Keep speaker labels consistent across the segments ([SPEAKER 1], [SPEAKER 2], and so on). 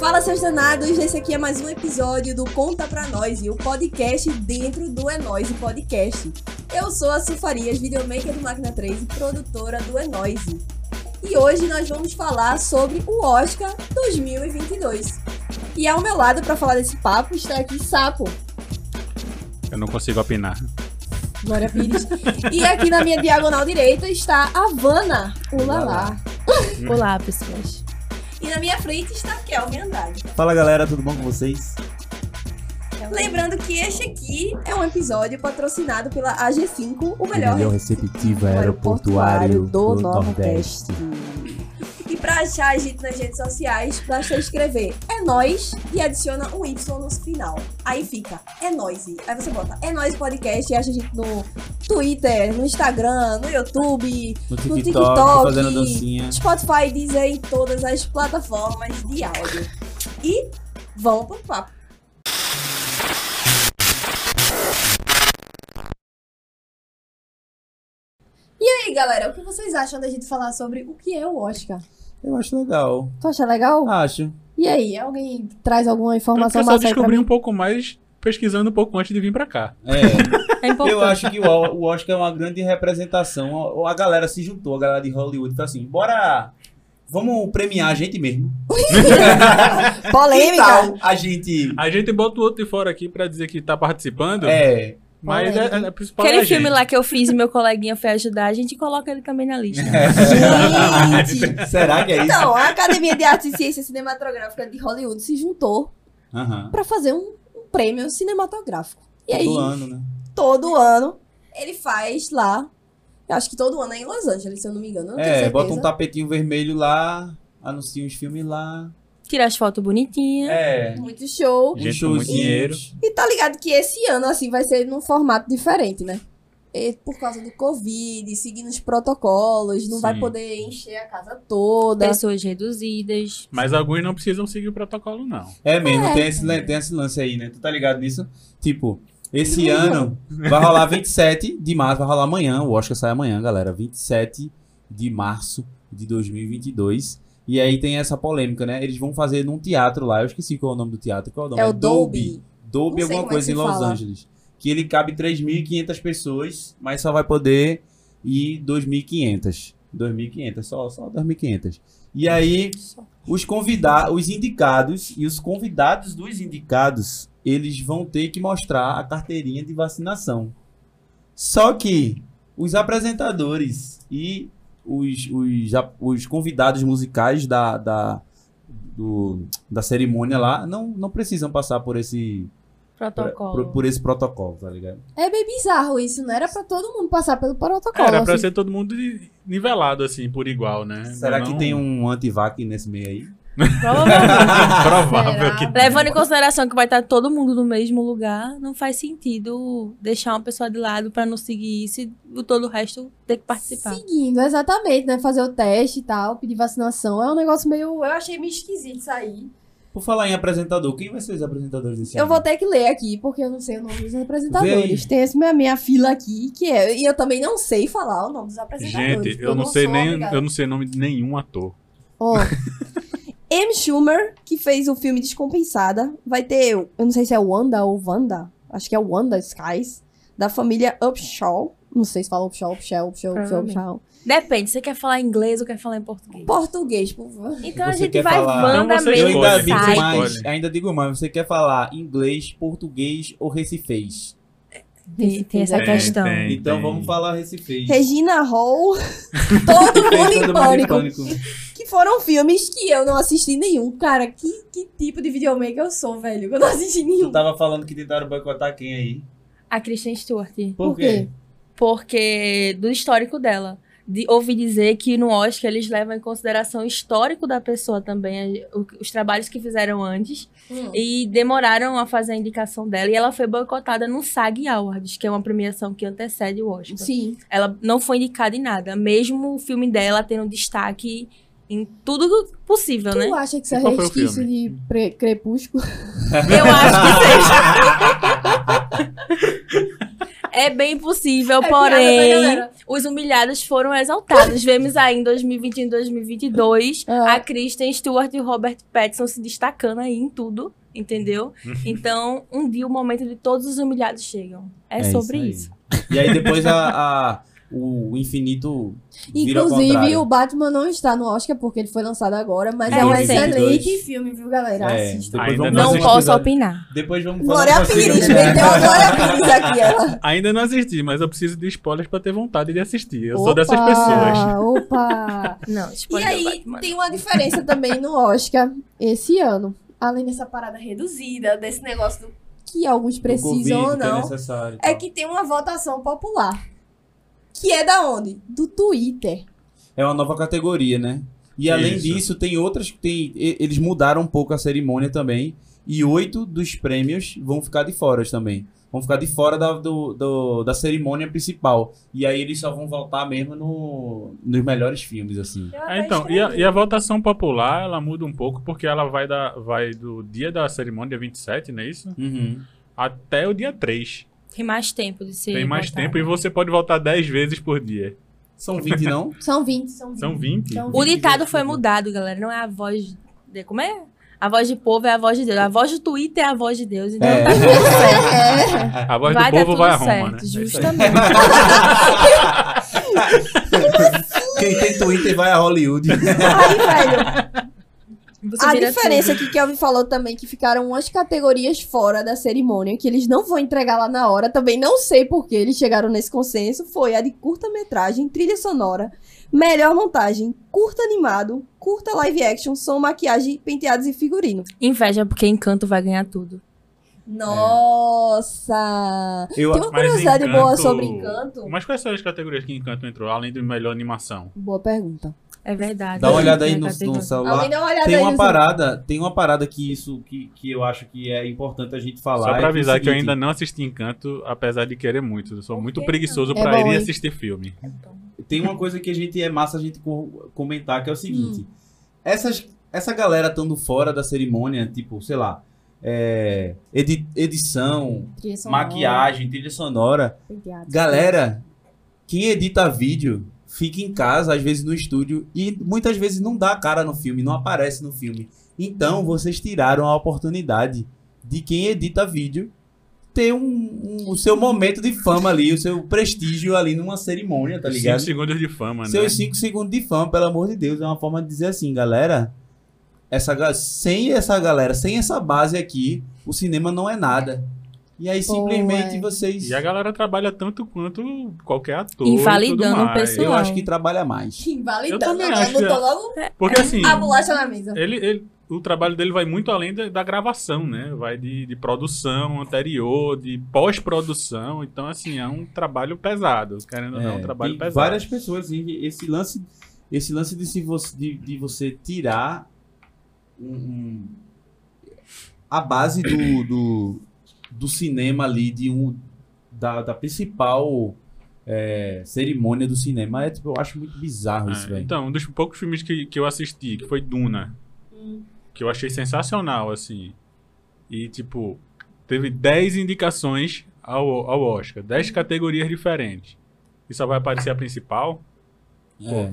[SPEAKER 1] Olá, seus danados! Esse aqui é mais um episódio do Conta Pra Nós e o podcast dentro do É Nós Podcast. Eu sou a Sufarias, videomaker do Máquina 3 e produtora do É Nós. E hoje nós vamos falar sobre o Oscar 2022. E ao meu lado, pra falar desse papo, está aqui Sapo,
[SPEAKER 2] Eu não consigo opinar.
[SPEAKER 1] Glória Pires. e aqui na minha diagonal direita está a Vana Ulalá.
[SPEAKER 3] Olá, pessoas.
[SPEAKER 1] E na minha frente está a Kelvin Andrade.
[SPEAKER 4] Fala galera, tudo bom com vocês?
[SPEAKER 1] Lembrando que este aqui é um episódio patrocinado pela AG5, o melhor
[SPEAKER 4] receptivo
[SPEAKER 1] aeroportuário do, Nordeste. E pra achar a gente nas redes sociais, basta escrever é nós e adiciona um Y no final. Aí fica é nós. Aí você bota é nós podcast e acha a gente no Twitter, no Instagram, no YouTube,
[SPEAKER 4] No
[SPEAKER 1] no
[SPEAKER 4] TikTok,
[SPEAKER 1] TikTok,
[SPEAKER 4] fazendo dancinha.
[SPEAKER 1] Spotify, Deezer em todas as plataformas de áudio. E vamos pro papo. E aí, galera, o que vocês acham da gente falar sobre o que é o Oscar?
[SPEAKER 4] Eu acho legal.
[SPEAKER 1] Tu acha legal?
[SPEAKER 4] Acho.
[SPEAKER 1] E aí, alguém traz alguma informação
[SPEAKER 2] eu só
[SPEAKER 1] massa aí pra
[SPEAKER 2] descobri
[SPEAKER 1] mim?
[SPEAKER 2] um pouco mais pesquisando um pouco antes de vir pra cá.
[SPEAKER 4] É,
[SPEAKER 3] É importante.
[SPEAKER 4] eu acho que o, O- o Oscar é uma grande representação. A- A galera se juntou, a galera de Hollywood tá assim, bora. Vamos premiar a gente mesmo. Que
[SPEAKER 1] Polêmica!
[SPEAKER 4] tal a gente.
[SPEAKER 2] A gente bota o outro de fora aqui pra dizer que tá participando,
[SPEAKER 4] É.
[SPEAKER 2] mas é, é, a principal é
[SPEAKER 3] Aquele
[SPEAKER 2] a gente.
[SPEAKER 3] filme lá que eu fiz e meu coleguinha foi ajudar, a gente coloca ele também na lista.
[SPEAKER 1] Gente!
[SPEAKER 4] Será que é isso?
[SPEAKER 1] Então, a Academia de Arte e Ciência Cinematográfica de Hollywood se juntou
[SPEAKER 4] Aham.
[SPEAKER 1] pra fazer um, um prêmio cinematográfico. E aí,
[SPEAKER 4] Todo ano, né?
[SPEAKER 1] todo ano, ele faz lá. Eu acho que todo ano é em Los Angeles, se eu não me engano. eu Não tenho
[SPEAKER 4] É,
[SPEAKER 1] certeza.
[SPEAKER 4] bota um tapetinho vermelho lá, anuncia os filmes lá.
[SPEAKER 3] Tira as fotos bonitinhas.
[SPEAKER 4] É.
[SPEAKER 1] Muito show.
[SPEAKER 4] uns
[SPEAKER 2] Gente com muito
[SPEAKER 4] showzinhos.
[SPEAKER 2] dinheiro.
[SPEAKER 1] E tá ligado que esse ano, assim, vai ser num formato diferente, né? E por causa do Covid, seguindo os protocolos, não
[SPEAKER 4] Sim.
[SPEAKER 1] vai poder encher a casa
[SPEAKER 3] É.
[SPEAKER 1] toda.
[SPEAKER 3] Pessoas reduzidas.
[SPEAKER 2] Mas alguns não precisam seguir o protocolo, não.
[SPEAKER 4] É mesmo,
[SPEAKER 1] É.
[SPEAKER 4] Tem, esse, lan- tem esse lance aí, né? Tu tá ligado nisso? Tipo, esse ano vai rolar 27 de março, vai rolar amanhã, o Oscar sai amanhã, galera. 27 de março de 2022. E aí tem essa polêmica, né? Eles vão fazer num teatro lá, eu esqueci qual é o nome do teatro. Qual é o nome?
[SPEAKER 1] É o Dolby.
[SPEAKER 4] Dolby
[SPEAKER 1] Não sei
[SPEAKER 4] alguma
[SPEAKER 1] como é que
[SPEAKER 4] coisa em
[SPEAKER 1] se
[SPEAKER 4] Los
[SPEAKER 1] fala.
[SPEAKER 4] Angeles. Que ele cabe 3.500 pessoas, mas só vai poder ir 2.500. 2.500, só, só 2.500. E aí, os convidados, os indicados e os convidados dos indicados, eles vão ter que mostrar a carteirinha de vacinação. Só que os apresentadores e os, os, a- os convidados musicais da, da, do- da cerimônia lá não, não precisam passar por esse,
[SPEAKER 3] Protocolo.
[SPEAKER 4] por, por esse protocolo, tá ligado?
[SPEAKER 1] É bem bizarro isso, não era pra todo mundo passar pelo protocolo.
[SPEAKER 2] Era pra
[SPEAKER 1] assim.
[SPEAKER 2] ser todo mundo de- nivelado, assim, por igual, né?
[SPEAKER 4] Será
[SPEAKER 2] Não-
[SPEAKER 4] que tem um antivac nesse meio aí?
[SPEAKER 3] Provavelmente.
[SPEAKER 2] Provável
[SPEAKER 1] Será?
[SPEAKER 2] que
[SPEAKER 3] Levando em consideração que vai estar todo mundo no mesmo lugar, não faz sentido deixar uma pessoa de lado pra não seguir isso e o- todo o resto ter que participar.
[SPEAKER 1] Seguindo, exatamente, né? Fazer o teste e tal, pedir vacinação. É um negócio meio. Eu achei meio esquisito isso aí.
[SPEAKER 4] Por falar em apresentador, quem vai ser os apresentadores desse
[SPEAKER 1] Eu
[SPEAKER 4] ano?
[SPEAKER 1] vou ter que ler aqui, porque eu não sei o nome dos
[SPEAKER 4] Vê
[SPEAKER 1] apresentadores.
[SPEAKER 4] aí.
[SPEAKER 1] Tem essa minha, minha fila aqui, que é. E eu também não sei falar o nome dos apresentadores.
[SPEAKER 2] Gente,
[SPEAKER 1] porque
[SPEAKER 2] eu não sei
[SPEAKER 1] sou
[SPEAKER 2] nem,
[SPEAKER 1] obrigada.
[SPEAKER 2] eu não sei nome de nenhum ator.
[SPEAKER 1] Ó. M. Schumer, que fez o filme Descompensada, vai ter, eu não sei se é Wanda ou Wanda, acho que é Wanda Skies, da família Upshaw. Não sei se fala Upshaw, Upshaw, Upshaw, Upshaw,
[SPEAKER 3] Provavelmente.
[SPEAKER 1] Upshaw.
[SPEAKER 3] Depende, você quer falar inglês ou quer falar em português?
[SPEAKER 1] Português, por favor.
[SPEAKER 3] Então a
[SPEAKER 4] Você
[SPEAKER 3] gente
[SPEAKER 4] quer
[SPEAKER 3] vai
[SPEAKER 4] falar-
[SPEAKER 3] Wanda
[SPEAKER 2] Então você
[SPEAKER 4] Eu
[SPEAKER 3] mesmo,
[SPEAKER 4] ainda
[SPEAKER 2] Escolhe,
[SPEAKER 4] digo
[SPEAKER 2] você
[SPEAKER 3] sai.
[SPEAKER 4] mais,
[SPEAKER 2] escolhe.
[SPEAKER 4] ainda digo mais, você quer falar inglês, português ou recifez?
[SPEAKER 3] Tem, tem essa
[SPEAKER 1] É,
[SPEAKER 3] questão.
[SPEAKER 2] tem,
[SPEAKER 4] então
[SPEAKER 2] tem.
[SPEAKER 4] vamos falar recifez.
[SPEAKER 1] Regina Hall, Todo Mundo em Pânico,
[SPEAKER 4] pânico.
[SPEAKER 1] que foram filmes que eu não assisti nenhum. Cara, que, que tipo de videomaker eu sou, velho? Eu não assisti
[SPEAKER 4] Tu
[SPEAKER 1] nenhum.
[SPEAKER 2] tá
[SPEAKER 4] tava falando que tentaram boicotar quem aí?
[SPEAKER 3] A Kristen Stewart.
[SPEAKER 1] Por quê?
[SPEAKER 3] Porque do histórico dela. De, ouvi dizer que no Oscar eles levam em consideração o histórico da pessoa também, a- o- os trabalhos que fizeram antes. E demoraram a fazer a indicação dela. E ela foi boicotada no SAG Awards, que é uma premiação que antecede o Oscar.
[SPEAKER 1] Sim.
[SPEAKER 3] Ela não foi indicada em nada. Mesmo o filme dela tendo destaque em tudo possível, né?
[SPEAKER 1] Tu acha que isso é
[SPEAKER 2] E qual foi o
[SPEAKER 1] resquício de pre- crepúsculo?
[SPEAKER 3] Eu acho que seja. É bem possível,
[SPEAKER 1] É piada, né,
[SPEAKER 3] porém,
[SPEAKER 1] galera?
[SPEAKER 3] os humilhados foram exaltados. Vemos aí em 2021 e 2022
[SPEAKER 1] Ah.
[SPEAKER 3] a Kristen Stewart e o Robert Pattinson se destacando aí em tudo, entendeu? Então, um dia o momento de todos os humilhados chegam. É, sobre isso.
[SPEAKER 4] E aí depois a, a- o infinito vira ao
[SPEAKER 1] Inclusive,
[SPEAKER 4] contrário.
[SPEAKER 1] o Batman não está no Oscar porque ele foi lançado agora, mas é,
[SPEAKER 3] É,
[SPEAKER 1] um
[SPEAKER 3] sim.
[SPEAKER 1] excelente
[SPEAKER 4] 22.
[SPEAKER 1] filme, viu, galera?
[SPEAKER 4] É,
[SPEAKER 1] Assista.
[SPEAKER 4] depois
[SPEAKER 2] Ainda
[SPEAKER 4] vamos
[SPEAKER 2] não
[SPEAKER 3] Não
[SPEAKER 4] fazer
[SPEAKER 2] assisti.
[SPEAKER 4] um
[SPEAKER 3] posso
[SPEAKER 4] episório-
[SPEAKER 3] opinar.
[SPEAKER 4] Depois vamos fazer um
[SPEAKER 1] Glória
[SPEAKER 4] episódio-
[SPEAKER 1] Pires, meteu a Glória Pires aqui, ela.
[SPEAKER 2] Ainda não assisti, mas eu preciso de spoilers pra ter vontade de assistir. Eu
[SPEAKER 1] Opa,
[SPEAKER 2] sou dessas pessoas.
[SPEAKER 1] Opa!
[SPEAKER 3] Não,
[SPEAKER 1] E
[SPEAKER 3] spoiler do
[SPEAKER 1] aí,
[SPEAKER 3] Batman.
[SPEAKER 1] tem uma diferença também no Oscar esse ano. Além dessa parada reduzida, desse negócio do que alguns
[SPEAKER 4] do Covid,
[SPEAKER 1] precisam ou
[SPEAKER 4] que é
[SPEAKER 1] não,
[SPEAKER 4] necessário e
[SPEAKER 1] é
[SPEAKER 4] tal.
[SPEAKER 1] que tem uma votação popular. Que é da onde? Do Twitter.
[SPEAKER 4] É uma nova categoria, né? E além
[SPEAKER 2] Isso.
[SPEAKER 4] disso, tem outras. Tem, e- eles mudaram um pouco a cerimônia também. E oito dos prêmios vão ficar de fora também. Vão ficar de fora da, do- do- da cerimônia principal. E aí eles só vão voltar mesmo no, nos melhores filmes, assim.
[SPEAKER 2] Ah,
[SPEAKER 3] tá
[SPEAKER 2] então, e a, e a votação popular, ela muda um pouco, porque ela vai, da, vai do dia da cerimônia, dia 27, não é isso?
[SPEAKER 4] Uhum.
[SPEAKER 2] Até o dia 3.
[SPEAKER 3] Tem mais tempo de ser
[SPEAKER 2] Tem mais
[SPEAKER 3] votado.
[SPEAKER 2] tempo e você pode votar 10 vezes por dia.
[SPEAKER 4] São 20, não?
[SPEAKER 1] São 20, são 20.
[SPEAKER 2] São
[SPEAKER 3] Então,
[SPEAKER 2] 20.
[SPEAKER 1] São
[SPEAKER 3] O ditado foi mudado, galera. Não é a voz de... Como é? A voz de povo é a voz de Deus. A voz do Twitter é a voz de Deus. Então
[SPEAKER 4] É.
[SPEAKER 3] tá tudo certo.
[SPEAKER 1] É.
[SPEAKER 2] A voz
[SPEAKER 3] vai
[SPEAKER 2] do
[SPEAKER 3] dar
[SPEAKER 2] povo
[SPEAKER 3] tudo
[SPEAKER 2] vai a Roma, né?
[SPEAKER 3] certo,
[SPEAKER 2] É isso aí.
[SPEAKER 3] justamente.
[SPEAKER 4] Quem tem Twitter vai a Hollywood.
[SPEAKER 1] Aí, velho,
[SPEAKER 3] Você
[SPEAKER 1] a
[SPEAKER 3] vira
[SPEAKER 1] diferença é que Kelvin falou também, que ficaram umas categorias fora da cerimônia, que eles não vão entregar lá na hora, também não sei por que eles chegaram nesse consenso, foi a de curta-metragem, trilha sonora, melhor montagem, curta animado, curta live action, som, maquiagem, penteados e figurino.
[SPEAKER 3] tudo. Inveja, porque encanto vai ganhar tudo.
[SPEAKER 1] Nossa!
[SPEAKER 4] Eu,
[SPEAKER 1] Tem uma
[SPEAKER 2] Mas
[SPEAKER 1] curiosidade boa
[SPEAKER 2] Encanto-
[SPEAKER 1] sobre Encanto?
[SPEAKER 2] Mas quais são as categorias que Encanto entrou, além de melhor animação?
[SPEAKER 1] Boa pergunta.
[SPEAKER 3] É verdade.
[SPEAKER 4] dá uma olhada aí
[SPEAKER 3] É
[SPEAKER 4] no,
[SPEAKER 3] categoria.
[SPEAKER 4] no celular.
[SPEAKER 1] né? Tá Alguém dá uma olhada
[SPEAKER 4] Tem
[SPEAKER 1] aí.
[SPEAKER 4] uma
[SPEAKER 1] Zé.
[SPEAKER 4] parada, tem uma parada que isso que, que eu acho que é importante a gente falar.
[SPEAKER 2] Só
[SPEAKER 4] é
[SPEAKER 2] pra avisar que, eu
[SPEAKER 4] é o seguinte,
[SPEAKER 2] ainda não assisti Encanto, apesar de querer muito. Eu sou
[SPEAKER 3] Por
[SPEAKER 2] muito
[SPEAKER 3] que
[SPEAKER 2] preguiçoso
[SPEAKER 1] não? É
[SPEAKER 2] pra
[SPEAKER 1] bom,
[SPEAKER 2] ir
[SPEAKER 1] hein?
[SPEAKER 2] assistir filme.
[SPEAKER 4] tem uma coisa que a gente é massa a gente co- comentar que é o seguinte: essas, essa galera estando fora da cerimônia, tipo, sei lá, é, edi- edição,
[SPEAKER 1] Trilha sonora,
[SPEAKER 4] maquiagem, trilha sonora,
[SPEAKER 1] penteados.
[SPEAKER 4] galera, quem edita vídeo fica em casa, às vezes no estúdio e muitas vezes não dá a cara no filme, não aparece no filme. Então vocês tiraram a oportunidade de quem edita vídeo ter um, um- o seu momento de fama ali, o seu prestígio ali numa cerimônia, tá
[SPEAKER 2] Cinco
[SPEAKER 4] ligado?
[SPEAKER 2] segundos de fama, né?
[SPEAKER 4] Seus 5 segundos de fama, pelo amor de Deus, é uma forma de dizer assim, galera. Essa, ga- sem essa galera, sem essa base aqui, o cinema não é nada. E aí
[SPEAKER 1] Pô,
[SPEAKER 4] simplesmente
[SPEAKER 1] é.
[SPEAKER 4] vocês.
[SPEAKER 2] E a galera trabalha tanto quanto qualquer ator.
[SPEAKER 3] Invalidando
[SPEAKER 2] e tudo mais.
[SPEAKER 3] o pessoal.
[SPEAKER 4] Eu acho que trabalha mais.
[SPEAKER 1] Invalidando,
[SPEAKER 2] Eu também
[SPEAKER 1] agora né?
[SPEAKER 2] acho,
[SPEAKER 1] botou
[SPEAKER 2] é.
[SPEAKER 1] logo
[SPEAKER 2] Porque assim,
[SPEAKER 3] Ah,
[SPEAKER 1] a bolacha na mesa.
[SPEAKER 2] ele, ele- o trabalho dele vai muito além da, da gravação, né? Vai de, de produção anterior, de pós-produção. Então, assim, é um trabalho pesado. Querendo ou não, é um
[SPEAKER 4] É,
[SPEAKER 2] trabalho
[SPEAKER 4] e
[SPEAKER 2] pesado.
[SPEAKER 4] Várias pessoas, assim, esse lance, esse lance de, se você, de, de você tirar um- um- a base do, do, do cinema ali, de um, da, da principal é, cerimônia do cinema, é, tipo, eu acho muito bizarro isso,
[SPEAKER 2] É,
[SPEAKER 4] velho.
[SPEAKER 2] então, um dos poucos filmes que, que eu assisti, que foi Duna, que eu achei sensacional, assim. E, tipo, teve 10 indicações ao, ao Oscar, 10 categorias diferentes. E só vai aparecer a principal. então,
[SPEAKER 4] É.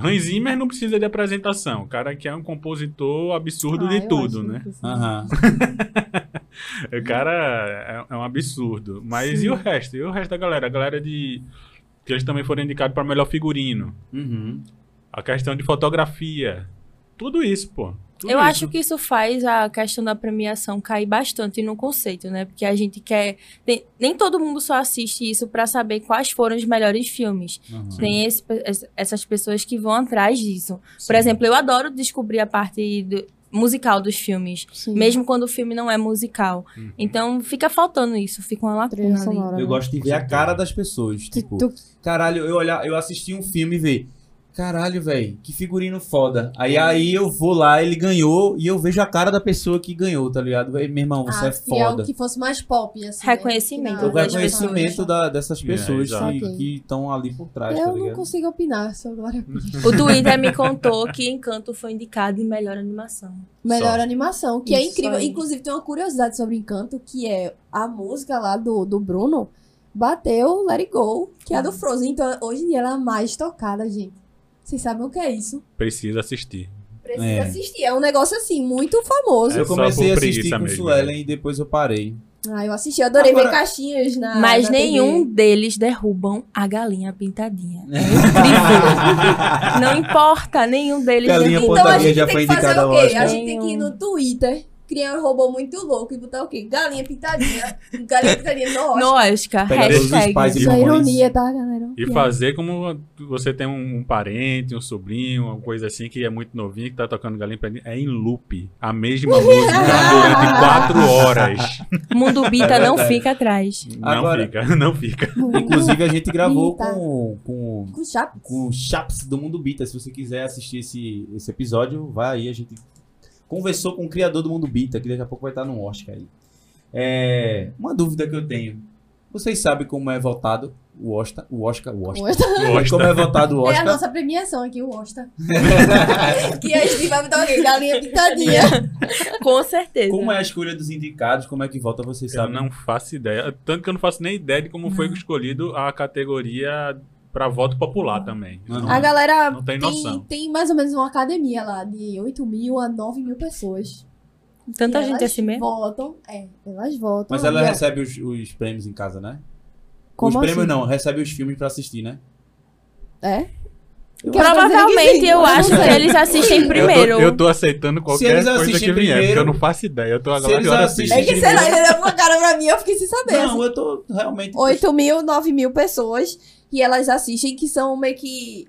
[SPEAKER 2] Hans Zimmer não precisa de apresentação. O cara que é um compositor absurdo
[SPEAKER 1] Ah,
[SPEAKER 2] de
[SPEAKER 1] eu
[SPEAKER 2] tudo,
[SPEAKER 1] acho
[SPEAKER 2] né?
[SPEAKER 1] que sim.
[SPEAKER 4] Aham.
[SPEAKER 2] O cara é, é um absurdo. Mas e o resto? E o resto da galera? A galera de. Que eles também foram indicados para melhor figurino.
[SPEAKER 4] Uhum.
[SPEAKER 2] A questão de fotografia. Tudo isso, pô. Tudo
[SPEAKER 3] Eu
[SPEAKER 2] isso.
[SPEAKER 3] acho que isso faz a questão da premiação cair bastante no conceito, né? Porque a gente quer. tem- nem todo mundo só assiste isso pra saber quais foram os melhores filmes.
[SPEAKER 4] Aham.
[SPEAKER 3] Tem esse- es- essas pessoas que vão atrás disso.
[SPEAKER 2] Sim.
[SPEAKER 3] Por exemplo, eu adoro descobrir a parte do- musical dos filmes.
[SPEAKER 1] Sim.
[SPEAKER 3] Mesmo quando o filme não é musical.
[SPEAKER 2] Uhum.
[SPEAKER 3] Então fica faltando isso, fica uma
[SPEAKER 1] Trilha
[SPEAKER 3] lacuna ali.
[SPEAKER 1] sonora, né?
[SPEAKER 4] Eu gosto de ver a cara das pessoas.
[SPEAKER 1] Tu-
[SPEAKER 4] Tipo,
[SPEAKER 1] tu-
[SPEAKER 4] Caralho, eu olhar, eu assisti um filme e ver. Caralho, velho, que figurino foda. Aí aí eu vou lá, ele ganhou e eu vejo a cara da pessoa que ganhou, tá ligado? Véi, meu irmão, você
[SPEAKER 1] Ah,
[SPEAKER 4] é
[SPEAKER 1] se é
[SPEAKER 4] foda.
[SPEAKER 1] algo que fosse mais pop, assim. né?
[SPEAKER 3] Reconhecimento.
[SPEAKER 1] Que
[SPEAKER 4] O
[SPEAKER 1] dá-
[SPEAKER 3] das
[SPEAKER 4] reconhecimento
[SPEAKER 3] pessoas.
[SPEAKER 4] da, dessas
[SPEAKER 2] É,
[SPEAKER 4] pessoas
[SPEAKER 2] exato.
[SPEAKER 1] Ok.
[SPEAKER 4] que estão ali por trás, tá
[SPEAKER 1] Eu não
[SPEAKER 4] ligado?
[SPEAKER 1] consigo opinar sobre Glória Pires.
[SPEAKER 3] O Twitter me contou que Encanto foi indicado em melhor animação.
[SPEAKER 1] Melhor
[SPEAKER 2] Só.
[SPEAKER 1] animação, que é
[SPEAKER 3] Isso
[SPEAKER 1] incrível.
[SPEAKER 3] aí.
[SPEAKER 1] Inclusive, tem uma curiosidade sobre Encanto, que é a música lá do, do Bruno. bateu Let It Go, que é a do Frozen. Então, hoje em dia ela é a mais tocada, gente. Vocês sabem o que é isso?
[SPEAKER 2] Precisa assistir.
[SPEAKER 1] Precisa
[SPEAKER 4] É.
[SPEAKER 1] assistir. É um negócio, assim, muito famoso.
[SPEAKER 2] É
[SPEAKER 4] eu
[SPEAKER 2] só
[SPEAKER 4] comecei
[SPEAKER 2] por
[SPEAKER 4] a assistir
[SPEAKER 2] preguiça
[SPEAKER 4] com
[SPEAKER 2] mesmo. né?
[SPEAKER 4] Suelen e depois eu parei.
[SPEAKER 1] Ah, eu assisti, eu adorei
[SPEAKER 4] Agora-
[SPEAKER 1] ver caixinhas na
[SPEAKER 3] Mas
[SPEAKER 1] na TV.
[SPEAKER 3] nenhum deles derrubam a galinha pintadinha. É incrível. Não importa, nenhum deles
[SPEAKER 4] Galinha
[SPEAKER 3] derruba.
[SPEAKER 1] Então a
[SPEAKER 4] Pontaria
[SPEAKER 1] gente
[SPEAKER 4] já
[SPEAKER 1] tem
[SPEAKER 4] foi
[SPEAKER 1] que fazer
[SPEAKER 4] indicada
[SPEAKER 1] o
[SPEAKER 4] ao
[SPEAKER 1] quê?
[SPEAKER 4] Oscar.
[SPEAKER 1] A gente tem que ir no Twitter, criar um robô muito louco e botar o quê? Galinha pintadinha. Um galinha pintadinha no Oscar.
[SPEAKER 3] Então, assim, No Oscar,
[SPEAKER 4] Pegar todos os
[SPEAKER 3] hashtag.
[SPEAKER 4] pais e
[SPEAKER 1] Isso é
[SPEAKER 4] irmãos.
[SPEAKER 1] ironia, tá, galera?
[SPEAKER 2] E fazer como você tem um, um parente, um sobrinho, uma coisa assim que é muito novinho, que tá tocando galinha pra é em loop. A mesma música durante quatro horas.
[SPEAKER 3] Mundo Bita não
[SPEAKER 4] verdade.
[SPEAKER 3] fica atrás.
[SPEAKER 2] Não
[SPEAKER 4] Agora-
[SPEAKER 2] fica, não fica.
[SPEAKER 4] Inclusive, a gente gravou
[SPEAKER 1] Eita.
[SPEAKER 4] com, com,
[SPEAKER 1] Com chapa.
[SPEAKER 4] com o Chaps do Mundo Bita. Se você quiser assistir esse, esse episódio, vai aí. A gente conversou com o criador do Mundo Bita, que daqui a pouco vai estar no Oscar aí. É, uma dúvida que eu tenho. Vocês sabem como é votado o Oscar? O Oscar, o Oscar. Como
[SPEAKER 2] Gosta.
[SPEAKER 4] é votado o
[SPEAKER 1] É a
[SPEAKER 4] Oscar?
[SPEAKER 1] nossa premiação aqui, o Oscar. que a gente vai botar o quê? Galinha pintadinha.
[SPEAKER 3] Com certeza.
[SPEAKER 4] Como é a escolha dos indicados? Como é que vota? Vocês
[SPEAKER 2] Eu
[SPEAKER 4] sabem?
[SPEAKER 2] não faço ideia. Tanto que eu não faço nem ideia de como foi escolhido a categoria pra voto popular também.
[SPEAKER 4] Não.
[SPEAKER 2] Não,
[SPEAKER 1] A galera
[SPEAKER 2] não tem
[SPEAKER 1] tem,
[SPEAKER 2] noção.
[SPEAKER 1] tem mais ou menos uma academia lá de 8 mil a 9 mil pessoas.
[SPEAKER 3] Tanta
[SPEAKER 1] E
[SPEAKER 3] gente
[SPEAKER 1] elas
[SPEAKER 3] assim mesmo?
[SPEAKER 1] Votam, é, elas votam.
[SPEAKER 4] Mas ela
[SPEAKER 1] E, ó,
[SPEAKER 4] recebe os, os prêmios em casa, né?
[SPEAKER 1] como
[SPEAKER 4] os prêmios
[SPEAKER 1] assim?
[SPEAKER 4] não, recebe os filmes pra assistir, né?
[SPEAKER 1] É? Eu quero fazer
[SPEAKER 3] Provavelmente
[SPEAKER 1] requisito,
[SPEAKER 3] eu
[SPEAKER 1] não
[SPEAKER 3] acho
[SPEAKER 1] sei.
[SPEAKER 3] que eles assistem primeiro.
[SPEAKER 2] Eu tô, eu tô aceitando
[SPEAKER 4] Se
[SPEAKER 2] qualquer
[SPEAKER 4] eles
[SPEAKER 2] coisa que vier,
[SPEAKER 4] assistem
[SPEAKER 2] porque eu
[SPEAKER 4] primeiro-
[SPEAKER 2] não faço ideia. Eu tô
[SPEAKER 4] Se
[SPEAKER 2] agora assim.
[SPEAKER 4] eles
[SPEAKER 2] agora
[SPEAKER 4] assistem-
[SPEAKER 1] É que, sei lá, ele olhou pra cara pra mim eu fiquei sem saber. assim.
[SPEAKER 4] Não, é eu tô realmente.
[SPEAKER 1] 8 mil, 9 mil pessoas e elas assistem, que são meio que.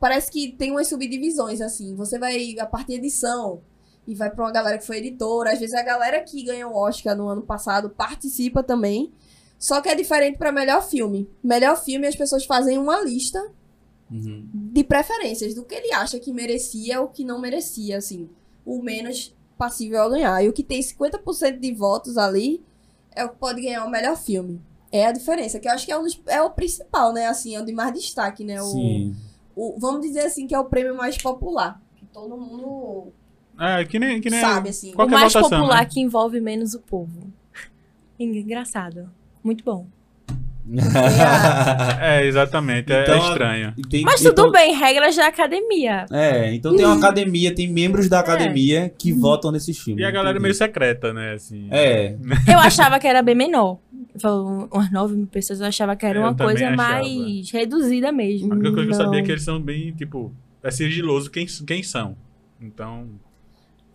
[SPEAKER 1] Parece que tem umas subdivisões, assim. Você vai a partir de edição e vai pra uma galera que foi editora. Às vezes a galera que ganhou o Oscar no ano passado participa também. Só que é diferente pra melhor filme. Melhor filme, as pessoas fazem uma lista
[SPEAKER 4] Uhum.
[SPEAKER 1] de preferências, do que ele acha que merecia ou que não merecia, assim. O menos passível a ganhar. E o que tem 50% de votos ali é o que pode ganhar o melhor filme. É a diferença, que eu acho que é, um dos- é o principal, né? Assim, é o de mais destaque, né? O,
[SPEAKER 4] Sim.
[SPEAKER 1] o- vamos dizer assim, que é o prêmio mais popular. Que todo mundo
[SPEAKER 2] É, que nem, que nem
[SPEAKER 1] sabe, assim.
[SPEAKER 2] qual-
[SPEAKER 3] o
[SPEAKER 2] qualquer
[SPEAKER 3] mais
[SPEAKER 2] votação,
[SPEAKER 3] popular
[SPEAKER 2] né?
[SPEAKER 3] que é envolve menos o povo. Engraçado. Muito bom.
[SPEAKER 2] É, exatamente. é-
[SPEAKER 4] Então,
[SPEAKER 2] é estranho.
[SPEAKER 4] E tem-
[SPEAKER 3] Mas
[SPEAKER 4] então-
[SPEAKER 3] tudo bem, regras da academia.
[SPEAKER 4] É, então tem uma academia, tem membros da academia que votam nesses filmes.
[SPEAKER 2] E a galera é meio
[SPEAKER 4] entendi.
[SPEAKER 2] secreta, né? Assim.
[SPEAKER 4] É,
[SPEAKER 3] Eu achava que era bem menor. Falou umas 9 mil pessoas, eu achava que era
[SPEAKER 2] Eu
[SPEAKER 3] uma
[SPEAKER 2] também
[SPEAKER 3] coisa
[SPEAKER 2] achava.
[SPEAKER 3] mais reduzida mesmo.
[SPEAKER 2] A única coisa que eu sabia é
[SPEAKER 1] Não.
[SPEAKER 2] que eles são bem, tipo, é sigiloso quem, quem são. Então,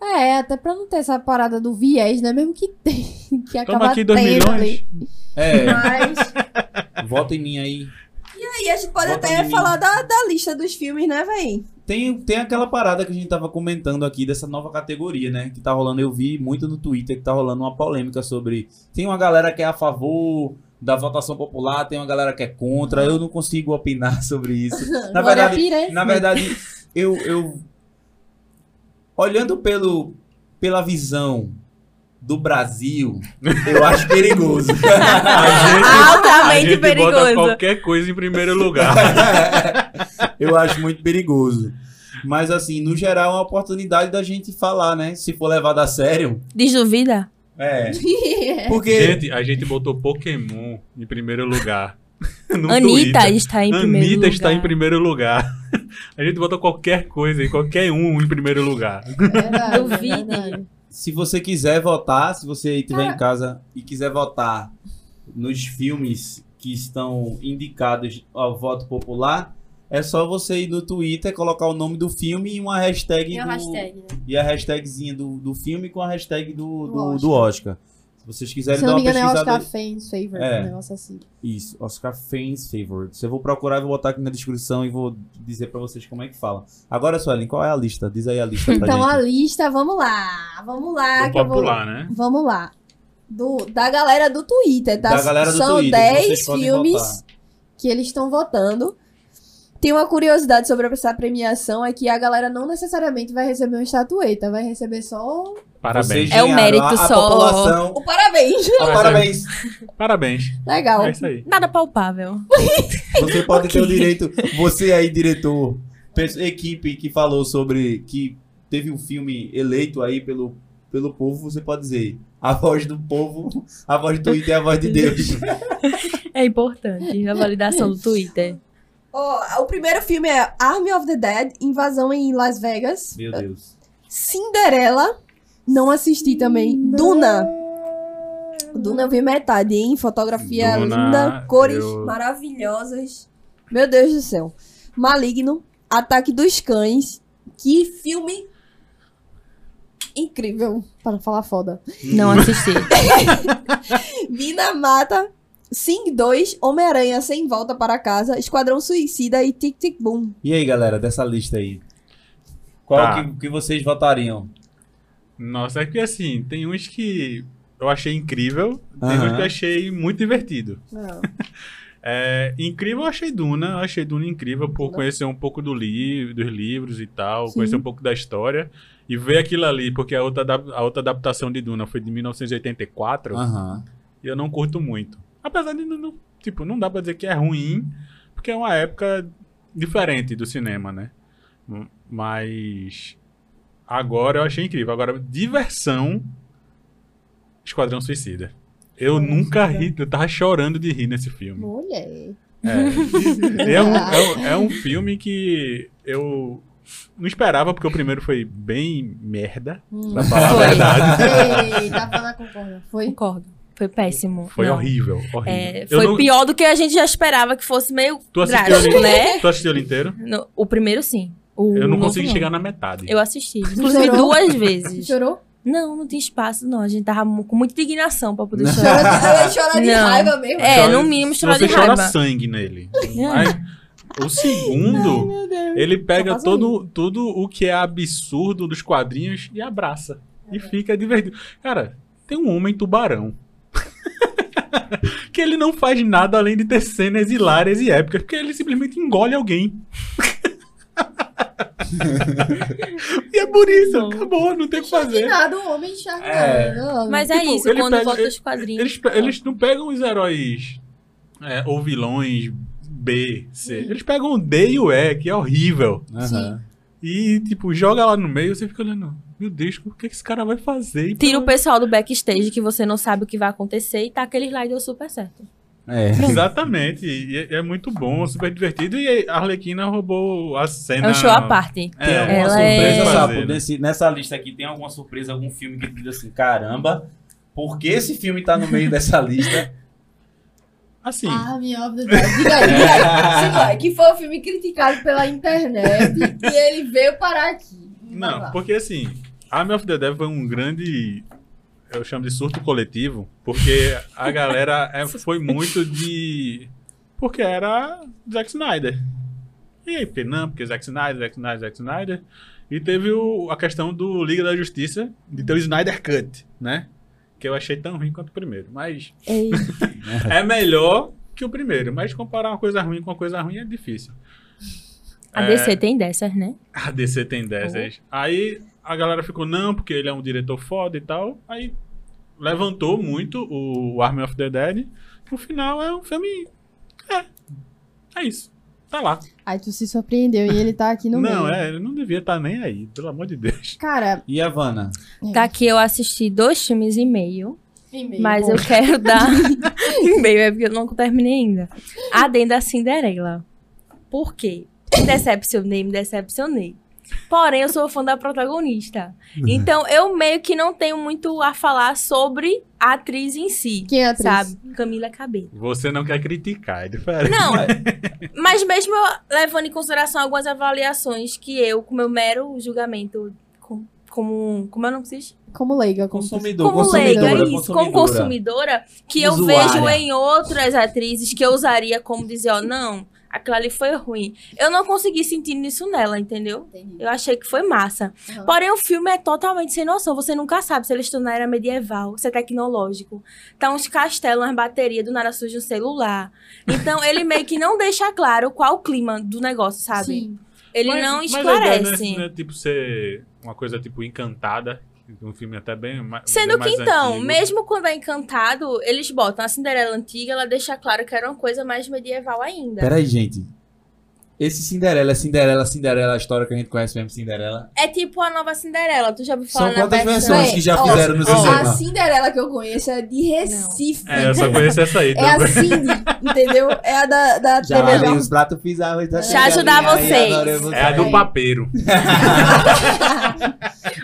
[SPEAKER 1] É, até pra não ter essa parada do viés, né? Mesmo que tem, que acaba
[SPEAKER 2] toma aqui 2
[SPEAKER 1] tendo
[SPEAKER 2] milhões.
[SPEAKER 1] ali.
[SPEAKER 4] é.
[SPEAKER 1] Mas
[SPEAKER 4] Vota em mim aí.
[SPEAKER 1] aí a gente pode
[SPEAKER 4] Bota de
[SPEAKER 1] até
[SPEAKER 4] mim.
[SPEAKER 1] falar da, da lista dos filmes, né, véi?
[SPEAKER 4] Tem, tem aquela parada que a gente tava comentando aqui dessa nova categoria, né? Que tá rolando, eu vi muito no Twitter que tá rolando uma polêmica sobre. Tem uma galera que é a favor da votação popular, tem uma galera que é contra. Eu não consigo opinar sobre isso. Na
[SPEAKER 1] Glória
[SPEAKER 4] verdade,
[SPEAKER 1] Pires.
[SPEAKER 4] Na verdade, eu, eu olhando pelo pela visão do Brasil, eu acho perigoso. Ah,
[SPEAKER 2] a
[SPEAKER 3] Altamente
[SPEAKER 2] gente bota
[SPEAKER 3] perigoso.
[SPEAKER 2] qualquer coisa em primeiro lugar.
[SPEAKER 4] eu acho muito perigoso. Mas assim, no geral é uma oportunidade da gente falar, né? Se for levado a sério.
[SPEAKER 3] Desduvida?
[SPEAKER 4] É. Porque
[SPEAKER 2] Gente, a gente botou Pokémon em primeiro lugar. No
[SPEAKER 3] Anitta
[SPEAKER 2] Twitter.
[SPEAKER 3] está em primeiro
[SPEAKER 2] Anitta
[SPEAKER 3] lugar.
[SPEAKER 2] está em primeiro lugar. A gente botou qualquer coisa e qualquer um em primeiro lugar.
[SPEAKER 1] Verdade, é
[SPEAKER 3] Duvide.
[SPEAKER 1] verdade.
[SPEAKER 4] se você quiser votar, se você estiver
[SPEAKER 1] Ah.
[SPEAKER 4] em casa e quiser votar nos filmes que estão indicados ao voto popular, é só você ir no Twitter, colocar o nome do filme e uma hashtag,
[SPEAKER 1] É
[SPEAKER 4] do,
[SPEAKER 1] uma hashtag, né?
[SPEAKER 4] e a hashtagzinha do, do filme com a hashtag do,
[SPEAKER 1] Do
[SPEAKER 4] do, do Oscar.
[SPEAKER 1] Oscar.
[SPEAKER 4] Se vocês quiserem
[SPEAKER 1] Se
[SPEAKER 4] dar
[SPEAKER 1] não
[SPEAKER 4] uma
[SPEAKER 1] me engano, é
[SPEAKER 4] pesquisada.
[SPEAKER 1] Oscar Fans Favorite,
[SPEAKER 4] É.
[SPEAKER 1] um negócio assim.
[SPEAKER 4] Isso, Oscar Fans Favorites. Eu vou procurar e vou botar aqui na descrição e vou dizer pra vocês como é que fala. Agora, Suelen, qual é a lista? Diz aí a lista pra
[SPEAKER 1] Então,
[SPEAKER 4] gente.
[SPEAKER 1] a lista, vamos lá. Vamos lá.
[SPEAKER 2] Do
[SPEAKER 1] que eu vou-
[SPEAKER 2] popular, né?
[SPEAKER 1] Vamos lá. Do, da galera do Twitter, tá?
[SPEAKER 4] Da galera do
[SPEAKER 1] São
[SPEAKER 4] Twitter, que
[SPEAKER 1] 10
[SPEAKER 4] vocês podem
[SPEAKER 1] filmes
[SPEAKER 4] votar.
[SPEAKER 1] que eles estão votando. Tem uma curiosidade sobre essa premiação, é que a galera não necessariamente vai receber uma estatueta, vai receber só um
[SPEAKER 2] Parabéns.
[SPEAKER 4] Vocês
[SPEAKER 3] É o
[SPEAKER 4] ganharam,
[SPEAKER 3] mérito
[SPEAKER 4] a, a
[SPEAKER 3] só.
[SPEAKER 4] população.
[SPEAKER 1] o parabéns.
[SPEAKER 4] Ah, parabéns.
[SPEAKER 2] Parabéns.
[SPEAKER 1] Legal.
[SPEAKER 2] É isso aí.
[SPEAKER 3] Nada palpável.
[SPEAKER 4] Você pode ter o direito. Você aí, diretor, pe- equipe que falou sobre. que teve um filme eleito aí pelo, pelo povo, você pode dizer. A voz do povo, a voz do Twitter é a voz de Deus.
[SPEAKER 3] É importante a validação do Twitter.
[SPEAKER 1] Ó, o primeiro filme é Army of the Dead, Invasão em Las Vegas.
[SPEAKER 4] Meu Deus.
[SPEAKER 1] Cinderela, não assisti também. Duna. Duna eu vi metade, hein? Fotografia
[SPEAKER 2] Duna,
[SPEAKER 1] linda, cores
[SPEAKER 2] eu-
[SPEAKER 1] maravilhosas. Meu Deus do céu. Maligno, Ataque dos Cães. Que filme incrível, para falar foda.
[SPEAKER 3] Não assisti.
[SPEAKER 1] Mina Mata, Sing 2, Homem-Aranha Sem Volta para Casa, Esquadrão Suicida e Tic Tic Boom.
[SPEAKER 4] E aí, galera, dessa lista aí? Qual
[SPEAKER 2] Tá.
[SPEAKER 4] que, que vocês votariam?
[SPEAKER 2] Nossa, é que assim, tem uns que eu achei incrível, tem
[SPEAKER 4] Aham.
[SPEAKER 2] uns que eu achei muito divertido.
[SPEAKER 1] Não.
[SPEAKER 2] É, incrível eu achei Duna, eu achei Duna incrível por
[SPEAKER 1] Duna.
[SPEAKER 2] conhecer um pouco do livro, dos livros e tal,
[SPEAKER 1] Sim.
[SPEAKER 2] conhecer um pouco da história e ver aquilo ali, porque a outra, adap- a outra adaptação de Duna foi de 1984
[SPEAKER 1] Ah.
[SPEAKER 4] Aham.
[SPEAKER 2] e eu não curto muito. Apesar de, não- não- tipo, não dá pra dizer que é ruim, porque é uma época diferente do cinema, né? M- Mas agora eu achei incrível. Agora, diversão, Esquadrão Suicida. Eu
[SPEAKER 1] Esquadrão
[SPEAKER 2] nunca ri,
[SPEAKER 1] Suicida.
[SPEAKER 2] eu tava chorando de rir nesse filme.
[SPEAKER 1] Mulher.
[SPEAKER 2] É, é, um, é, um, é um filme que eu não esperava, porque o primeiro foi bem merda,
[SPEAKER 1] Hum.
[SPEAKER 2] pra falar
[SPEAKER 3] Foi.
[SPEAKER 2] a verdade.
[SPEAKER 1] Ei, tá falando a concorda. Foi?
[SPEAKER 3] Concordo. Foi péssimo.
[SPEAKER 2] Foi
[SPEAKER 3] Não.
[SPEAKER 2] horrível, horrível.
[SPEAKER 3] É,
[SPEAKER 2] Eu
[SPEAKER 3] foi
[SPEAKER 2] não-
[SPEAKER 3] pior do que a gente já esperava que fosse meio
[SPEAKER 2] Tu assistiu,
[SPEAKER 3] drástico,
[SPEAKER 2] ele,
[SPEAKER 3] né?
[SPEAKER 2] tu assistiu ele inteiro?
[SPEAKER 3] No- o primeiro, sim. O
[SPEAKER 2] Eu não
[SPEAKER 3] novo,
[SPEAKER 2] consegui chegar na metade.
[SPEAKER 3] Eu assisti. Inclusive
[SPEAKER 1] Chorou?
[SPEAKER 3] duas vezes.
[SPEAKER 1] Chorou?
[SPEAKER 3] Não, não tinha espaço, não. A gente tava mu- com muita indignação pra poder
[SPEAKER 4] Não.
[SPEAKER 1] Chorou
[SPEAKER 3] chorar.
[SPEAKER 1] de, chorou de
[SPEAKER 3] Não.
[SPEAKER 1] raiva mesmo.
[SPEAKER 3] É,
[SPEAKER 2] Chora-
[SPEAKER 3] no mínimo, chorar
[SPEAKER 2] Você
[SPEAKER 3] de
[SPEAKER 2] chora
[SPEAKER 3] raiva.
[SPEAKER 2] sangue nele. Mas o segundo, ele
[SPEAKER 1] Só
[SPEAKER 2] pega
[SPEAKER 1] faz
[SPEAKER 2] todo, tudo o que é absurdo dos quadrinhos e abraça. E fica divertido. Cara, tem um homem tubarão. que ele não faz nada além de ter cenas hilárias e épicas, porque ele simplesmente engole alguém. e é por isso,
[SPEAKER 3] Bom.
[SPEAKER 2] acabou, não tem o que fazer.
[SPEAKER 1] Indignado, o um homem enxerga.
[SPEAKER 4] É.
[SPEAKER 3] Mas é
[SPEAKER 2] Tipo,
[SPEAKER 3] isso,
[SPEAKER 2] ele
[SPEAKER 3] quando
[SPEAKER 2] pega-
[SPEAKER 3] volta
[SPEAKER 2] ele-
[SPEAKER 3] os quadrinhos.
[SPEAKER 2] Eles, pe- eles não pegam os heróis é, ou vilões B, C. Eles pegam o D e o E, que é horrível.
[SPEAKER 4] Aham.
[SPEAKER 2] E, tipo, joga lá no meio e você fica olhando. Meu Deus, o que, que esse cara vai fazer? Então, E
[SPEAKER 3] Tira o
[SPEAKER 2] pelo-
[SPEAKER 3] pessoal do backstage que você não sabe o que vai acontecer e tá aquele lá e deu super certo.
[SPEAKER 4] É.
[SPEAKER 2] Exatamente. E é, é muito bom, super divertido. E a Arlequina roubou a
[SPEAKER 3] É
[SPEAKER 2] cena.
[SPEAKER 3] um show à parte.
[SPEAKER 4] Tem
[SPEAKER 2] É,
[SPEAKER 4] alguma
[SPEAKER 3] Ela
[SPEAKER 4] surpresa,
[SPEAKER 3] é-
[SPEAKER 4] Sapo?
[SPEAKER 2] Fazer, né?
[SPEAKER 4] Nesse- nessa lista aqui, tem alguma surpresa, algum filme que tu diz assim, caramba, por que esse filme tá no meio dessa lista?
[SPEAKER 2] Assim,
[SPEAKER 1] Army of the Dead. Diga aí, diga aí. Senhora, que foi um filme criticado pela internet e ele veio parar aqui. Vai
[SPEAKER 2] não,
[SPEAKER 1] lá.
[SPEAKER 2] porque assim, Army of the Dead foi um grande. Eu chamo de surto coletivo, porque a galera é, foi muito de. Porque era Zack Snyder. E aí, porque não, porque Zack Snyder, Zack Snyder, Zack Snyder. E teve o- a questão do Liga da Justiça, de ter o Snyder Cut, né? Que eu achei tão ruim quanto o primeiro. Mas
[SPEAKER 3] Ei,
[SPEAKER 2] é melhor que o primeiro. Mas comparar uma coisa ruim com uma coisa ruim é difícil.
[SPEAKER 3] a
[SPEAKER 2] É.
[SPEAKER 3] DC tem dessas, né?
[SPEAKER 2] A DC tem
[SPEAKER 3] Uhum.
[SPEAKER 2] dessas. Aí a galera ficou, não, porque ele é um diretor foda e tal. Aí levantou muito o Army of the Dead. No final é um filme. É. É isso. Tá lá.
[SPEAKER 5] Aí tu se surpreendeu e ele tá aqui no
[SPEAKER 2] não,
[SPEAKER 5] meio.
[SPEAKER 2] é, ele não devia estar nem aí, pelo amor de Deus.
[SPEAKER 5] Cara,
[SPEAKER 4] E a Vanna?
[SPEAKER 3] Tá aqui, eu assisti dois filmes e meio.
[SPEAKER 1] E-mail,
[SPEAKER 3] Mas
[SPEAKER 1] bom.
[SPEAKER 3] eu quero dar. E-mail é porque eu não terminei ainda. Adendo da Cinderela. Por quê? Me decepcionei, me decepcionei. Porém, eu sou fã da protagonista. Então, eu meio que não tenho muito a falar sobre a atriz em si.
[SPEAKER 5] quem é a atriz?
[SPEAKER 3] Sabe? Camila Cabello.
[SPEAKER 2] Você não quer criticar, é diferente.
[SPEAKER 3] Não, mas mesmo eu levando em consideração algumas avaliações que eu, com meu mero julgamento, com- como. Como é o nome que se diz?
[SPEAKER 5] Como leiga, como
[SPEAKER 4] Consumidor,
[SPEAKER 3] como leiga,
[SPEAKER 4] consumidora,
[SPEAKER 3] é isso, como consumidora, que eu
[SPEAKER 4] Usuária.
[SPEAKER 3] vejo em outras atrizes que eu usaria como dizer, ó, não, aquela ali foi ruim. Eu não consegui sentir nisso nela, entendeu?
[SPEAKER 1] Entendi.
[SPEAKER 3] Eu achei que foi massa.
[SPEAKER 1] Aham.
[SPEAKER 3] Porém, o filme é totalmente sem noção. Você nunca sabe se eles estão na era medieval, se é tecnológico. Tá uns castelos, umas baterias, do nada surge um celular. Então, ele meio que não deixa claro qual o clima do negócio, sabe?
[SPEAKER 1] Sim.
[SPEAKER 3] Ele
[SPEAKER 2] Mas-
[SPEAKER 3] não
[SPEAKER 2] mas a ideia não é-
[SPEAKER 3] esclarece.
[SPEAKER 2] não é, tipo ser uma coisa tipo encantada. Um filme até bem. ma- bem
[SPEAKER 3] Sendo que
[SPEAKER 2] mais
[SPEAKER 3] então,
[SPEAKER 2] antigo.
[SPEAKER 3] mesmo quando é encantado, eles botam a Cinderela antiga, ela deixa claro que era uma coisa mais medieval ainda.
[SPEAKER 4] Peraí, gente. Esse Cinderela, Cinderela, Cinderela, a história que a gente conhece mesmo, Cinderela.
[SPEAKER 3] É tipo a nova Cinderela. Tu já ouviu
[SPEAKER 4] São
[SPEAKER 3] falar na
[SPEAKER 4] quantas
[SPEAKER 3] versão-
[SPEAKER 4] versões que já
[SPEAKER 1] É, Ó,
[SPEAKER 4] fizeram nos
[SPEAKER 3] ó,
[SPEAKER 1] A
[SPEAKER 4] anos 80?
[SPEAKER 1] Cinderela que eu conheço é de Recife.
[SPEAKER 2] É, eu só conheço essa aí.
[SPEAKER 1] É a
[SPEAKER 3] assim.
[SPEAKER 2] também.
[SPEAKER 1] Cindy, entendeu? É a da, da
[SPEAKER 4] Já
[SPEAKER 1] TV
[SPEAKER 4] lavei
[SPEAKER 1] Jornal.
[SPEAKER 4] os pratos, fiz a Já
[SPEAKER 3] Deixa eu ajudar vocês.
[SPEAKER 2] É a do papeiro.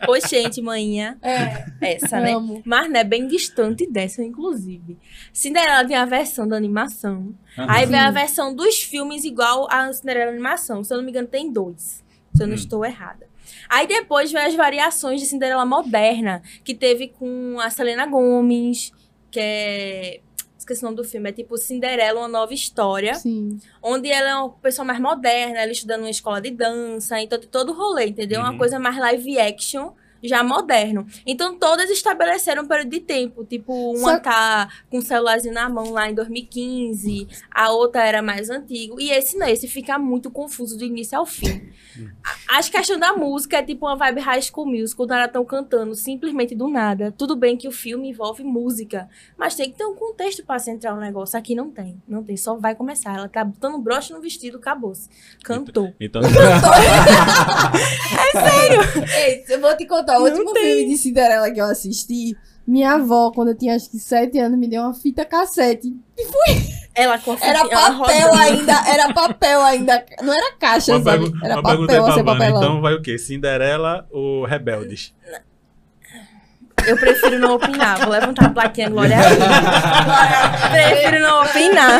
[SPEAKER 3] Ô, É. gente, manhã.
[SPEAKER 1] É,
[SPEAKER 3] Essa, né?
[SPEAKER 5] Amo.
[SPEAKER 3] Mas não é bem distante dessa, inclusive. Cinderela tem a versão da animação.
[SPEAKER 4] Aham.
[SPEAKER 3] Aí vem a versão dos filmes igual a Cinderela animação. Se eu não me engano, tem dois. Se eu não
[SPEAKER 2] Hum.
[SPEAKER 3] estou errada. Aí depois vem as variações de Cinderela moderna, que teve com a Selena Gomes, que é. Esqueci o nome do filme, é tipo Cinderela, uma nova história
[SPEAKER 5] Sim.
[SPEAKER 3] onde ela é uma pessoa mais moderna, ela estuda numa escola de dança, então tem todo o rolê, entendeu?
[SPEAKER 2] Uhum.
[SPEAKER 3] Uma coisa mais live action, já moderno. Então todas estabeleceram um período de tempo, tipo, uma
[SPEAKER 5] Só-
[SPEAKER 3] tá com o celularzinho na mão lá em 2015, a outra era mais antigo, e esse não, esse fica muito confuso do início ao fim. A- As questões da música é tipo uma vibe high school musical, quando elas estão cantando simplesmente do nada. Tudo bem que o filme envolve música, mas tem que ter um contexto pra se entrar um negócio. Aqui não tem. Não tem. Só vai começar. Ela tá botando um broche no vestido, acabou-se. Cantou.
[SPEAKER 2] Então,
[SPEAKER 1] Ei, eu vou te contar. O
[SPEAKER 3] Não
[SPEAKER 1] último filme de Cinderela que eu assisti,
[SPEAKER 5] Minha avó, quando eu tinha acho que 7 anos, me deu uma fita cassete.
[SPEAKER 3] Ela com a
[SPEAKER 1] era
[SPEAKER 3] fita- ela
[SPEAKER 1] papel
[SPEAKER 3] rodando.
[SPEAKER 1] ainda. Era papel ainda. Não era caixa,
[SPEAKER 2] uma,
[SPEAKER 1] sabe?
[SPEAKER 2] pergu-
[SPEAKER 1] Era
[SPEAKER 2] uma pergunta aí
[SPEAKER 1] papel,
[SPEAKER 2] pra
[SPEAKER 1] sem
[SPEAKER 2] Vanna.
[SPEAKER 1] papelão.
[SPEAKER 2] Então vai o quê? Cinderela ou Rebeldes?
[SPEAKER 3] Eu prefiro não opinar. Vou levantar a plaquinha Glória. Groove. prefiro não opinar.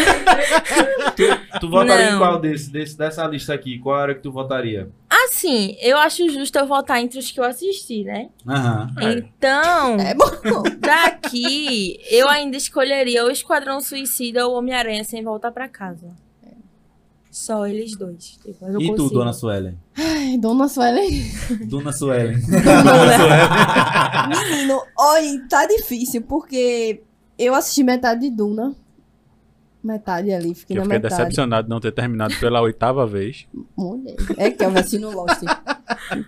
[SPEAKER 4] Tu votaria em
[SPEAKER 3] Não.
[SPEAKER 4] qual desse, desse- dessa lista aqui? Qual era que tu votaria?
[SPEAKER 3] Assim, eu acho justo eu votar entre os que eu assisti, né?
[SPEAKER 4] Aham.
[SPEAKER 2] É.
[SPEAKER 3] Então,
[SPEAKER 1] É bom.
[SPEAKER 3] daqui, eu ainda escolheria o Esquadrão Suicida ou o Homem-Aranha sem voltar pra casa. Só eles dois. Tipo, eu
[SPEAKER 4] E tu,
[SPEAKER 3] consigo.
[SPEAKER 4] Dona Suelen?
[SPEAKER 5] Ai, Dona Suelen.
[SPEAKER 4] Dona Suelen.
[SPEAKER 1] Menino, olha, tá difícil, porque
[SPEAKER 5] Eu assisti metade de Duna. Metade ali, fiquei
[SPEAKER 2] Que eu
[SPEAKER 5] na
[SPEAKER 1] é
[SPEAKER 2] fiquei
[SPEAKER 5] metade.
[SPEAKER 2] decepcionado de não ter terminado pela oitava vez.
[SPEAKER 5] Mulher.
[SPEAKER 1] É que eu assisti no Lost.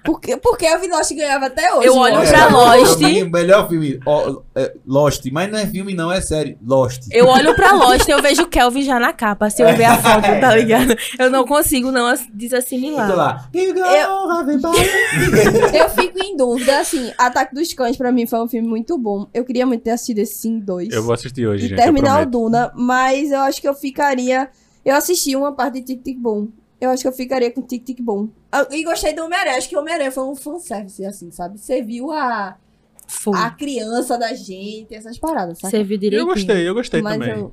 [SPEAKER 1] Porque, porque a Vilost ganhava até hoje.
[SPEAKER 3] Eu olho
[SPEAKER 1] Lost.
[SPEAKER 3] pra
[SPEAKER 2] É,
[SPEAKER 3] Lost.
[SPEAKER 4] É, O melhor filme, ó, é, Lost. Mas não é filme, não, é série. Lost.
[SPEAKER 3] Eu olho pra Lost e eu vejo o Kelvin já na capa, se eu ver a foto,
[SPEAKER 2] É.
[SPEAKER 3] tá ligado? Eu não consigo não as-
[SPEAKER 4] Eu tô
[SPEAKER 3] desassimilar.
[SPEAKER 4] lá. You go,
[SPEAKER 1] Eu-
[SPEAKER 4] have a-
[SPEAKER 1] Eu fico em dúvida, assim, Ataque dos Cães pra mim foi um filme muito bom. Eu queria muito ter assistido esse Sim 2.
[SPEAKER 2] Eu vou assistir hoje,
[SPEAKER 1] e
[SPEAKER 2] gente.
[SPEAKER 1] terminar o
[SPEAKER 2] eu prometo.
[SPEAKER 1] Duna, mas eu acho que eu ficaria... Eu assisti uma parte de Tic Tic Boom. Eu acho que eu ficaria com Tic Tic Boom. Ah, E gostei do Homem-Aranha. Acho que o Homem-Aranha foi um fanservice, assim, sabe? Serviu a,
[SPEAKER 3] Foi.
[SPEAKER 1] a criança da gente, essas paradas, sabe?
[SPEAKER 3] Serviu direitinho.
[SPEAKER 2] Ah, Eu gostei, eu gostei
[SPEAKER 1] mas
[SPEAKER 2] também.
[SPEAKER 1] eu...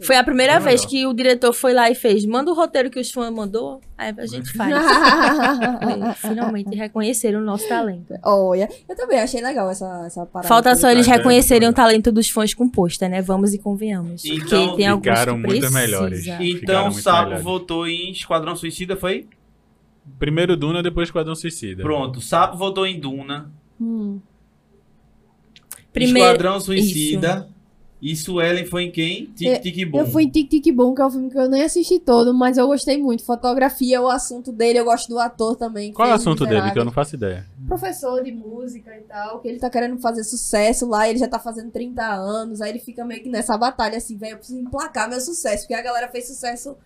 [SPEAKER 3] Foi a primeira
[SPEAKER 2] Foi
[SPEAKER 3] vez
[SPEAKER 2] melhor.
[SPEAKER 3] que o diretor foi lá e fez, manda o roteiro que os fãs mandou, aí a gente faz. Aí, Finalmente reconheceram o nosso talento.
[SPEAKER 1] Olha, eu também achei legal essa, essa parada.
[SPEAKER 3] Falta só eles
[SPEAKER 2] Mas é,
[SPEAKER 3] reconhecerem
[SPEAKER 2] foi.
[SPEAKER 3] o talento dos fãs com pôster, né? Vamos e convenhamos.
[SPEAKER 6] Então,
[SPEAKER 3] porque tem alguns
[SPEAKER 2] ficaram
[SPEAKER 3] que
[SPEAKER 2] muito
[SPEAKER 3] precisa.
[SPEAKER 2] melhores.
[SPEAKER 6] Então,
[SPEAKER 2] Ficaram muito
[SPEAKER 6] Sapo
[SPEAKER 2] melhores.
[SPEAKER 6] votou em Esquadrão Suicida, foi?
[SPEAKER 2] Primeiro Duna, depois Esquadrão Suicida.
[SPEAKER 6] Pronto, Sapo votou em Duna,
[SPEAKER 5] Hum.
[SPEAKER 3] Primeiro,
[SPEAKER 6] Esquadrão Suicida. E Suelen foi em quem? Tic Tic Boom.
[SPEAKER 5] Eu fui em Tic Tic Boom, que é um filme que eu nem assisti todo, mas eu gostei muito.
[SPEAKER 1] Fotografia é o assunto dele, eu gosto do ator também.
[SPEAKER 2] Qual é o
[SPEAKER 1] fez
[SPEAKER 2] assunto dele?
[SPEAKER 1] Miseráveis.
[SPEAKER 2] Que eu não faço ideia.
[SPEAKER 1] Professor de música e tal, que ele tá querendo fazer sucesso lá, ele já tá fazendo 30 anos, aí ele fica meio que nessa batalha assim, velho, eu preciso emplacar meu sucesso, porque a galera fez sucesso,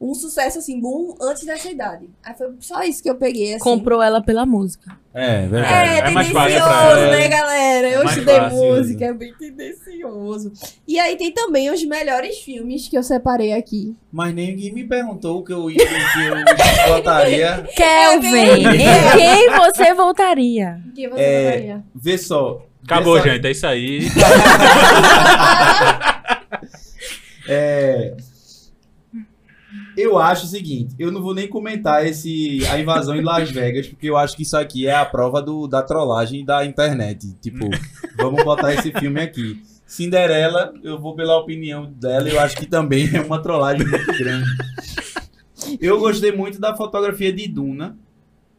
[SPEAKER 1] um sucesso assim, boom, antes dessa idade. Aí foi só isso que eu peguei, assim.
[SPEAKER 3] comprou ela pela música.
[SPEAKER 4] É, verdade.
[SPEAKER 1] É,
[SPEAKER 2] É mais
[SPEAKER 1] tendencioso,
[SPEAKER 2] fácil pra ela.
[SPEAKER 1] né, galera? Eu
[SPEAKER 2] É mais
[SPEAKER 1] estudei
[SPEAKER 2] fácil,
[SPEAKER 1] música, é bem tendencioso. E aí tem também os melhores filmes que eu separei aqui.
[SPEAKER 4] Mas ninguém me perguntou o que eu, o que eu votaria.
[SPEAKER 1] É,
[SPEAKER 3] Kelvin, em quem você voltaria?
[SPEAKER 1] Que você
[SPEAKER 4] É.
[SPEAKER 1] faria?
[SPEAKER 4] Vê só.
[SPEAKER 2] Acabou,
[SPEAKER 4] Vê só-
[SPEAKER 2] gente. É isso aí.
[SPEAKER 4] É, eu acho o seguinte, eu não vou nem comentar esse a invasão em Las Vegas, porque eu acho que isso aqui é a prova do, da trollagem da internet. Tipo, vamos botar esse filme aqui. Cinderela, eu vou pela opinião dela, eu acho que também é uma trollagem muito grande. Eu gostei muito da fotografia de Duna.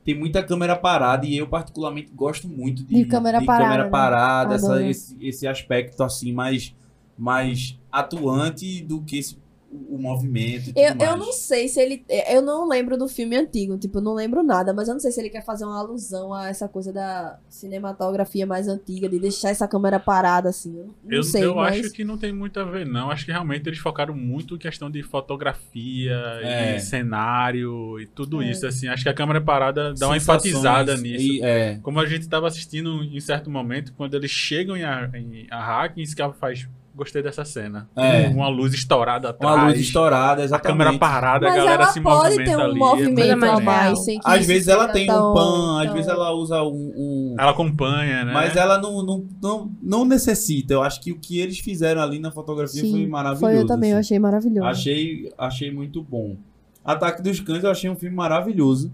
[SPEAKER 4] Tem muita câmera parada e eu particularmente gosto muito de,
[SPEAKER 5] De câmera parada,
[SPEAKER 4] câmera
[SPEAKER 5] né?
[SPEAKER 4] parada, essa-
[SPEAKER 5] Adoro.
[SPEAKER 4] esse, esse aspecto assim mais mais atuante do que esse
[SPEAKER 6] o, o movimento. e tudo
[SPEAKER 1] Eu, eu
[SPEAKER 6] mais.
[SPEAKER 1] não sei se ele. é, Eu não lembro do filme antigo, tipo, eu não lembro nada, mas eu não sei se ele quer fazer uma alusão a essa coisa da cinematografia mais antiga, de deixar essa câmera parada, assim. Eu não
[SPEAKER 2] eu
[SPEAKER 1] sei,
[SPEAKER 2] eu
[SPEAKER 1] mas.
[SPEAKER 2] acho que não tem muito a ver, não. Acho que realmente eles focaram muito em questão de fotografia,
[SPEAKER 4] É.
[SPEAKER 2] e cenário e tudo
[SPEAKER 1] É.
[SPEAKER 2] isso, assim. Acho que a câmera parada dá uma
[SPEAKER 4] Sensações
[SPEAKER 2] enfatizada nisso.
[SPEAKER 4] E, é,
[SPEAKER 2] Como a gente estava assistindo em certo momento, quando eles chegam em, a, em Arrakis, que faz. Gostei dessa cena.
[SPEAKER 4] É.
[SPEAKER 2] Uma luz estourada atrás.
[SPEAKER 4] uma luz estourada,
[SPEAKER 2] A
[SPEAKER 4] exatamente.
[SPEAKER 2] câmera parada,
[SPEAKER 1] Mas
[SPEAKER 2] a galera
[SPEAKER 1] ela
[SPEAKER 2] se
[SPEAKER 1] pode
[SPEAKER 2] movimenta
[SPEAKER 1] ter um
[SPEAKER 2] ali. é
[SPEAKER 3] coisa
[SPEAKER 1] movimento
[SPEAKER 3] mais
[SPEAKER 1] a mais,
[SPEAKER 3] real.
[SPEAKER 1] sem que
[SPEAKER 4] Às
[SPEAKER 1] isso
[SPEAKER 5] é
[SPEAKER 4] vezes
[SPEAKER 1] seja
[SPEAKER 4] ela tem
[SPEAKER 1] tão-
[SPEAKER 4] um pan, às
[SPEAKER 1] tão-
[SPEAKER 4] vezes ela usa um. um-
[SPEAKER 2] Ela acompanha, né?
[SPEAKER 4] Mas ela não, não, não, não necessita. Eu acho que o que eles fizeram ali na fotografia
[SPEAKER 5] Sim,
[SPEAKER 4] foi maravilhoso.
[SPEAKER 5] Foi eu também, eu
[SPEAKER 4] assim.
[SPEAKER 5] achei maravilhoso.
[SPEAKER 4] Achei, achei muito bom. Ataque dos Cães eu achei um filme maravilhoso.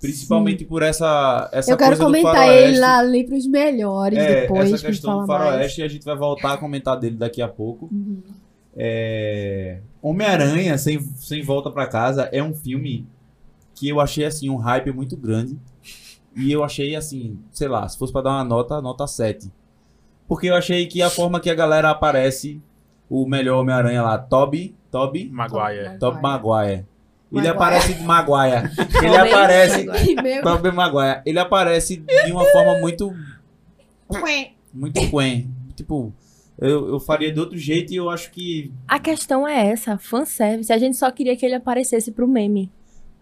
[SPEAKER 4] Principalmente por essa, essa
[SPEAKER 5] eu quero
[SPEAKER 4] coisa do
[SPEAKER 5] comentar
[SPEAKER 4] faroeste.
[SPEAKER 5] ele lá ali pros melhores
[SPEAKER 4] É,
[SPEAKER 5] depois.
[SPEAKER 4] essa
[SPEAKER 5] pra gente
[SPEAKER 4] questão do
[SPEAKER 5] falar mais.
[SPEAKER 4] faroeste e a gente vai voltar a comentar dele daqui a pouco.
[SPEAKER 5] Uhum.
[SPEAKER 4] É, Homem-Aranha sem, sem Volta pra Casa é um filme que eu achei assim um hype muito grande. E eu achei assim, sei lá, se fosse pra dar uma nota, nota 7. Porque eu achei que a forma que a galera aparece, o melhor Homem-Aranha lá, Toby, Toby,
[SPEAKER 2] Maguire.
[SPEAKER 4] Top Maguire. Ele
[SPEAKER 5] Maguire.
[SPEAKER 4] aparece de Maguire. Ele
[SPEAKER 3] Tobey
[SPEAKER 4] aparece.
[SPEAKER 5] Meu-
[SPEAKER 4] Top Maguire. Ele aparece de uma forma muito. Muito quen. Tipo, eu, eu faria de outro jeito e eu acho que.
[SPEAKER 3] A questão é essa, fanservice. A gente só queria que ele aparecesse pro meme.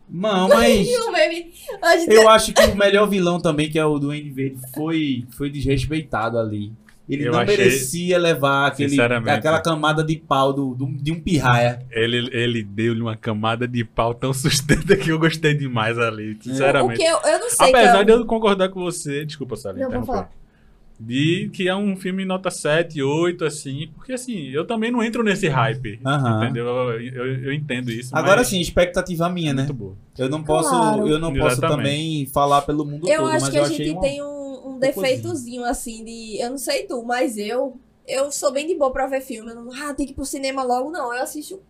[SPEAKER 4] Não, mas.
[SPEAKER 1] Não, baby. A gente-
[SPEAKER 4] Eu acho que o melhor vilão também, que é o Duende Verde, foi, foi desrespeitado ali. Ele
[SPEAKER 2] Eu
[SPEAKER 4] não
[SPEAKER 2] achei-
[SPEAKER 4] merecia levar aquele,
[SPEAKER 2] Sinceramente.
[SPEAKER 4] aquela camada de pau do, do- de um pirraia.
[SPEAKER 2] Ele, ele deu-lhe uma camada de pau tão sustenta que eu gostei demais ali,
[SPEAKER 4] É.
[SPEAKER 1] O
[SPEAKER 2] sinceramente.
[SPEAKER 1] que eu, eu não sei.
[SPEAKER 2] Apesar de
[SPEAKER 1] que é um eu...
[SPEAKER 2] eu concordar com você, desculpa, Sally,
[SPEAKER 5] Não, pode
[SPEAKER 2] interromper. De que é um filme nota 7, 8, assim, porque assim, eu também não entro nesse hype.
[SPEAKER 4] Aham.
[SPEAKER 2] Entendeu? Eu, eu- eu entendo isso.
[SPEAKER 4] Agora
[SPEAKER 2] mas
[SPEAKER 4] sim, expectativa minha,
[SPEAKER 2] é
[SPEAKER 4] né?
[SPEAKER 2] Muito boa.
[SPEAKER 4] Eu não posso,
[SPEAKER 5] Claro.
[SPEAKER 4] eu não posso
[SPEAKER 2] Exatamente.
[SPEAKER 4] também falar pelo mundo
[SPEAKER 1] eu
[SPEAKER 4] todo, mas
[SPEAKER 1] acho que
[SPEAKER 4] eu
[SPEAKER 1] a
[SPEAKER 4] achei
[SPEAKER 1] gente
[SPEAKER 4] uma-
[SPEAKER 1] tem um, um defeitozinho, assim, de. Eu não sei tu, mas eu. Eu sou bem de boa pra ver filme. Eu não, ah, tem que ir pro cinema logo, não. Eu assisto.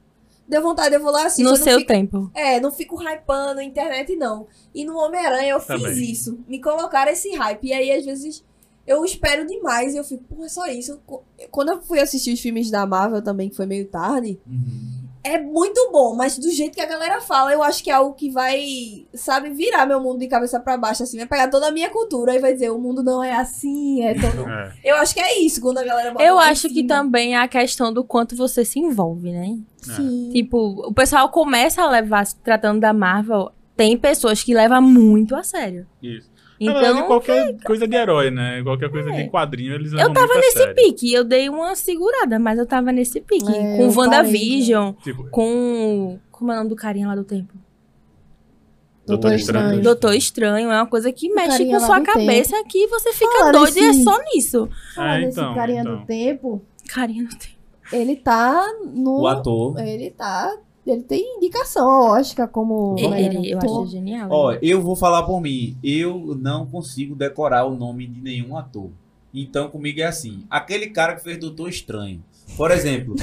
[SPEAKER 1] Deu vontade, eu vou lá assistir.
[SPEAKER 3] no
[SPEAKER 1] eu não
[SPEAKER 3] seu
[SPEAKER 1] fico-
[SPEAKER 3] tempo.
[SPEAKER 1] É, não fico hypando a internet, não. E no Homem-Aranha eu fiz
[SPEAKER 2] Também.
[SPEAKER 1] isso. Me colocaram esse hype. E aí, às vezes, eu espero demais e eu fico, pô, é só isso. Co- Quando eu fui assistir os filmes da Marvel também, que foi meio tarde,
[SPEAKER 5] Uhum.
[SPEAKER 1] é muito bom, mas do jeito que a galera fala, eu acho que é algo que vai, sabe, virar meu mundo de cabeça pra baixo, assim, vai pegar toda a minha cultura e vai dizer, o mundo não é assim, é todo.
[SPEAKER 2] É.
[SPEAKER 1] eu acho que é isso quando a galera bota
[SPEAKER 3] Eu
[SPEAKER 1] lá em
[SPEAKER 3] acho que
[SPEAKER 1] cima.
[SPEAKER 3] também é a questão do quanto você se envolve, né?
[SPEAKER 4] É.
[SPEAKER 5] Sim.
[SPEAKER 3] Tipo, o pessoal começa a levar, se tratando da Marvel, tem pessoas que levam muito a sério.
[SPEAKER 2] Isso. Na verdade,
[SPEAKER 3] Então,
[SPEAKER 2] qualquer coisa de herói, né? Qualquer coisa
[SPEAKER 3] É.
[SPEAKER 2] de quadrinho, eles
[SPEAKER 3] eu
[SPEAKER 2] levam
[SPEAKER 3] tava
[SPEAKER 2] muito a
[SPEAKER 3] nesse
[SPEAKER 2] sério.
[SPEAKER 3] pique, eu dei uma segurada, mas eu tava nesse pique.
[SPEAKER 5] É,
[SPEAKER 3] com
[SPEAKER 5] eu
[SPEAKER 3] WandaVision,
[SPEAKER 2] Tipo,
[SPEAKER 3] com. Como é o nome do carinha lá do tempo?
[SPEAKER 5] Doutor Estranho.
[SPEAKER 3] Doutor Estranho, é uma coisa que mexe
[SPEAKER 5] carinha
[SPEAKER 3] com
[SPEAKER 5] lá
[SPEAKER 3] sua
[SPEAKER 5] do
[SPEAKER 3] cabeça que você fica
[SPEAKER 5] Fala
[SPEAKER 3] doido e é
[SPEAKER 5] desse-
[SPEAKER 3] só nisso.
[SPEAKER 4] Ah,
[SPEAKER 5] Falando
[SPEAKER 2] É,
[SPEAKER 5] desse
[SPEAKER 2] então,
[SPEAKER 5] carinha
[SPEAKER 2] então.
[SPEAKER 5] do tempo,
[SPEAKER 3] Carinha do tempo.
[SPEAKER 5] ele tá
[SPEAKER 4] O
[SPEAKER 5] no.
[SPEAKER 4] ator.
[SPEAKER 5] Ele tá. Ele tem indicação ao Oscar como.
[SPEAKER 3] Ele,
[SPEAKER 5] melhor
[SPEAKER 3] ele- eu
[SPEAKER 5] ator.
[SPEAKER 3] acho genial.
[SPEAKER 4] Ó, eu vou falar por mim. Eu não consigo decorar o nome de nenhum ator. Então comigo é assim. Aquele cara que fez Doutor Estranho. Por exemplo,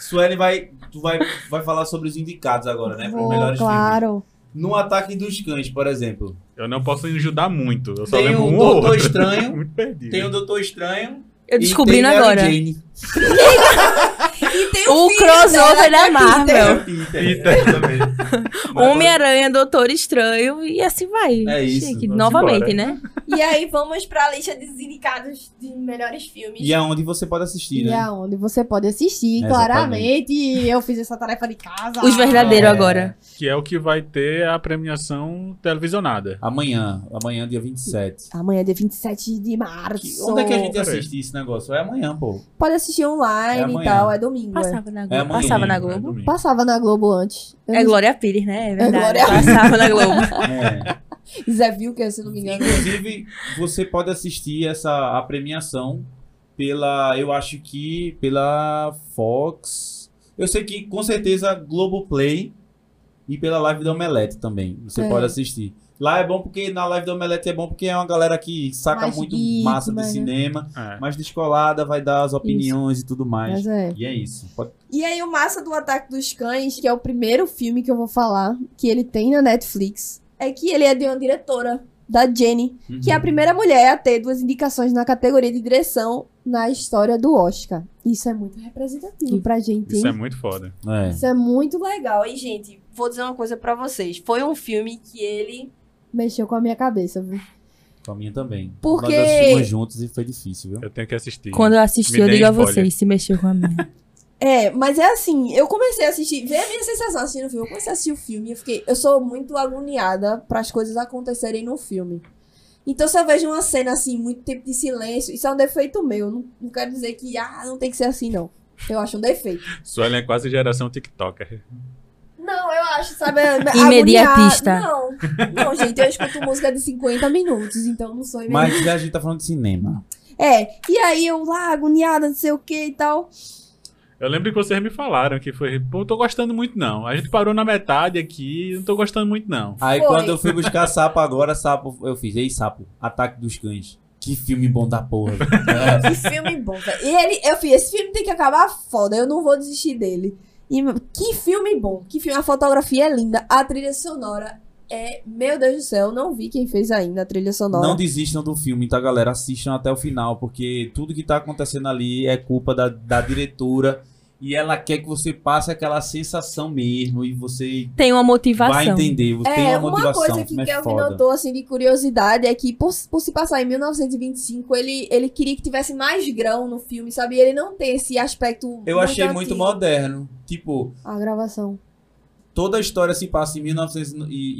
[SPEAKER 4] Suelen vai, tu vai, vai falar sobre os indicados agora, né? Para
[SPEAKER 5] Vou,
[SPEAKER 4] melhores filmes.
[SPEAKER 5] claro.
[SPEAKER 4] No Ataque dos Cães, por exemplo.
[SPEAKER 2] eu não posso ajudar muito. Eu só
[SPEAKER 4] Tem
[SPEAKER 2] lembro
[SPEAKER 4] o
[SPEAKER 2] um ou
[SPEAKER 4] Doutor
[SPEAKER 2] outro.
[SPEAKER 4] Estranho.
[SPEAKER 2] Muito perdido.
[SPEAKER 4] Tem um o Doutor Estranho.
[SPEAKER 3] eu
[SPEAKER 4] e
[SPEAKER 3] descobrindo
[SPEAKER 4] tem Mary
[SPEAKER 3] agora.
[SPEAKER 4] Jane.
[SPEAKER 1] E tem o,
[SPEAKER 3] O
[SPEAKER 1] filho
[SPEAKER 3] crossover
[SPEAKER 1] dela,
[SPEAKER 3] da Marvel.
[SPEAKER 2] Peter.
[SPEAKER 3] Homem-Aranha, Doutor Estranho e assim vai.
[SPEAKER 4] É isso,
[SPEAKER 3] Chique,
[SPEAKER 2] vamos
[SPEAKER 3] Novamente,
[SPEAKER 2] embora.
[SPEAKER 3] né?
[SPEAKER 1] E aí vamos pra lista dos indicados de melhores filmes.
[SPEAKER 4] E aonde você pode assistir,
[SPEAKER 5] E
[SPEAKER 4] né?
[SPEAKER 5] aonde você pode assistir,
[SPEAKER 4] Exatamente.
[SPEAKER 5] claramente. Eu fiz essa tarefa de casa.
[SPEAKER 3] Os verdadeiros
[SPEAKER 4] É.
[SPEAKER 3] agora.
[SPEAKER 2] Que é o que vai ter a premiação televisionada.
[SPEAKER 4] Amanhã. Amanhã, dia 27.
[SPEAKER 5] Amanhã é dia 27 de março.
[SPEAKER 4] Que- Onde é que a gente
[SPEAKER 2] Peraí.
[SPEAKER 4] assiste esse negócio? É amanhã, pô.
[SPEAKER 1] Pode assistir
[SPEAKER 4] É
[SPEAKER 1] online
[SPEAKER 4] amanhã.
[SPEAKER 1] e tal, é domingo. é.
[SPEAKER 3] Passava na Globo.
[SPEAKER 4] É amanhã,
[SPEAKER 3] passava na
[SPEAKER 2] Domingo, né?
[SPEAKER 3] Globo.
[SPEAKER 2] Domingo.
[SPEAKER 5] Passava na Globo antes. Eu
[SPEAKER 3] É
[SPEAKER 5] não-
[SPEAKER 3] Glória Pires, né? É verdade.
[SPEAKER 5] Glória-
[SPEAKER 3] passava na Globo.
[SPEAKER 4] É.
[SPEAKER 1] Zé Vilker, se não me engano.
[SPEAKER 4] Inclusive, você pode assistir essa a premiação pela, eu acho que pela Fox. Eu sei que com certeza Globoplay e pela live do Omelete também. Você
[SPEAKER 5] É.
[SPEAKER 4] pode assistir. Lá é bom porque na live do Omelete é bom porque é uma galera que saca
[SPEAKER 5] Mais
[SPEAKER 4] muito
[SPEAKER 5] geek,
[SPEAKER 4] massa de
[SPEAKER 5] mais, né?
[SPEAKER 4] cinema,
[SPEAKER 2] É.
[SPEAKER 4] mais descolada, vai dar as opiniões e tudo mais.
[SPEAKER 5] Mas é.
[SPEAKER 4] E é isso. Pode-
[SPEAKER 1] E aí o massa do Ataque dos Cães,
[SPEAKER 5] Que é o primeiro filme que eu vou falar que ele tem na Netflix.
[SPEAKER 1] é que ele é de uma diretora, da Jenny,
[SPEAKER 4] Uhum.
[SPEAKER 1] que é a primeira mulher a ter duas indicações na categoria de direção
[SPEAKER 5] na história do Oscar. Isso é muito representativo pra gente,
[SPEAKER 2] Isso é
[SPEAKER 5] hein?
[SPEAKER 2] muito foda.
[SPEAKER 4] É.
[SPEAKER 5] Isso é muito
[SPEAKER 1] legal. E, gente, vou dizer uma coisa pra vocês. Foi um filme que ele.
[SPEAKER 5] mexeu com a minha cabeça, viu?
[SPEAKER 4] Com a minha também.
[SPEAKER 1] Porque-
[SPEAKER 4] Nós assistimos juntos e foi difícil, viu?
[SPEAKER 2] Eu tenho que assistir.
[SPEAKER 3] Quando eu assisti,
[SPEAKER 2] Me
[SPEAKER 3] eu
[SPEAKER 2] dê
[SPEAKER 3] digo a
[SPEAKER 2] spoiler.
[SPEAKER 3] vocês, se mexeu com a minha.
[SPEAKER 1] É, mas é assim, eu comecei a assistir. Vê a minha sensação assistindo o filme. Eu comecei a assistir o filme e eu fiquei. Eu sou muito agoniada para as coisas acontecerem no filme. Então, se eu vejo uma cena assim, muito tempo de silêncio, isso é um defeito meu. Não, não quero dizer que, ah, não tem que ser assim, não. Eu acho um defeito.
[SPEAKER 2] Suelen é quase geração TikToker.
[SPEAKER 1] Não, eu acho, sabe?
[SPEAKER 3] Imediatista.
[SPEAKER 1] agoniada. Não, não, gente, eu escuto música de 50 minutos, então não sou imediatista.
[SPEAKER 4] Mas já a gente tá falando de cinema.
[SPEAKER 1] É, e aí eu lá, agoniada, não sei o que e tal.
[SPEAKER 2] Eu lembro que vocês me falaram que foi, pô, tô gostando muito não. A gente parou na metade aqui, não tô gostando muito não.
[SPEAKER 4] Aí
[SPEAKER 1] Foi.
[SPEAKER 4] quando eu fui buscar sapo agora, sapo, eu fiz, ei, sapo, ataque dos cães. Que filme bom da porra. velho.
[SPEAKER 1] Que filme bom, cara. E ele, eu fiz, esse filme tem que acabar foda, eu não vou desistir dele. E meu, que filme bom, que filme. A fotografia é linda, a trilha sonora é. Meu Deus do céu, não vi quem fez ainda a trilha sonora.
[SPEAKER 4] Não desistam do filme, tá, galera? Assistam até o final, porque tudo que tá acontecendo ali é culpa da, da diretora. E ela quer que você passe aquela sensação mesmo e você
[SPEAKER 3] Tem uma
[SPEAKER 4] vai
[SPEAKER 3] motivação.
[SPEAKER 4] entender. Você tem
[SPEAKER 1] É,
[SPEAKER 4] uma
[SPEAKER 1] uma
[SPEAKER 4] motivação.
[SPEAKER 1] coisa que
[SPEAKER 4] mas é
[SPEAKER 1] Kelvin
[SPEAKER 4] foda.
[SPEAKER 1] notou, assim, de curiosidade é que, por, por se passar em 1925, ele, ele queria que tivesse mais grão no filme, sabe? E ele não tem esse aspecto.
[SPEAKER 4] Eu achei muito
[SPEAKER 1] antigo.
[SPEAKER 4] moderno. Tipo,
[SPEAKER 5] A gravação.
[SPEAKER 4] toda a história se passa em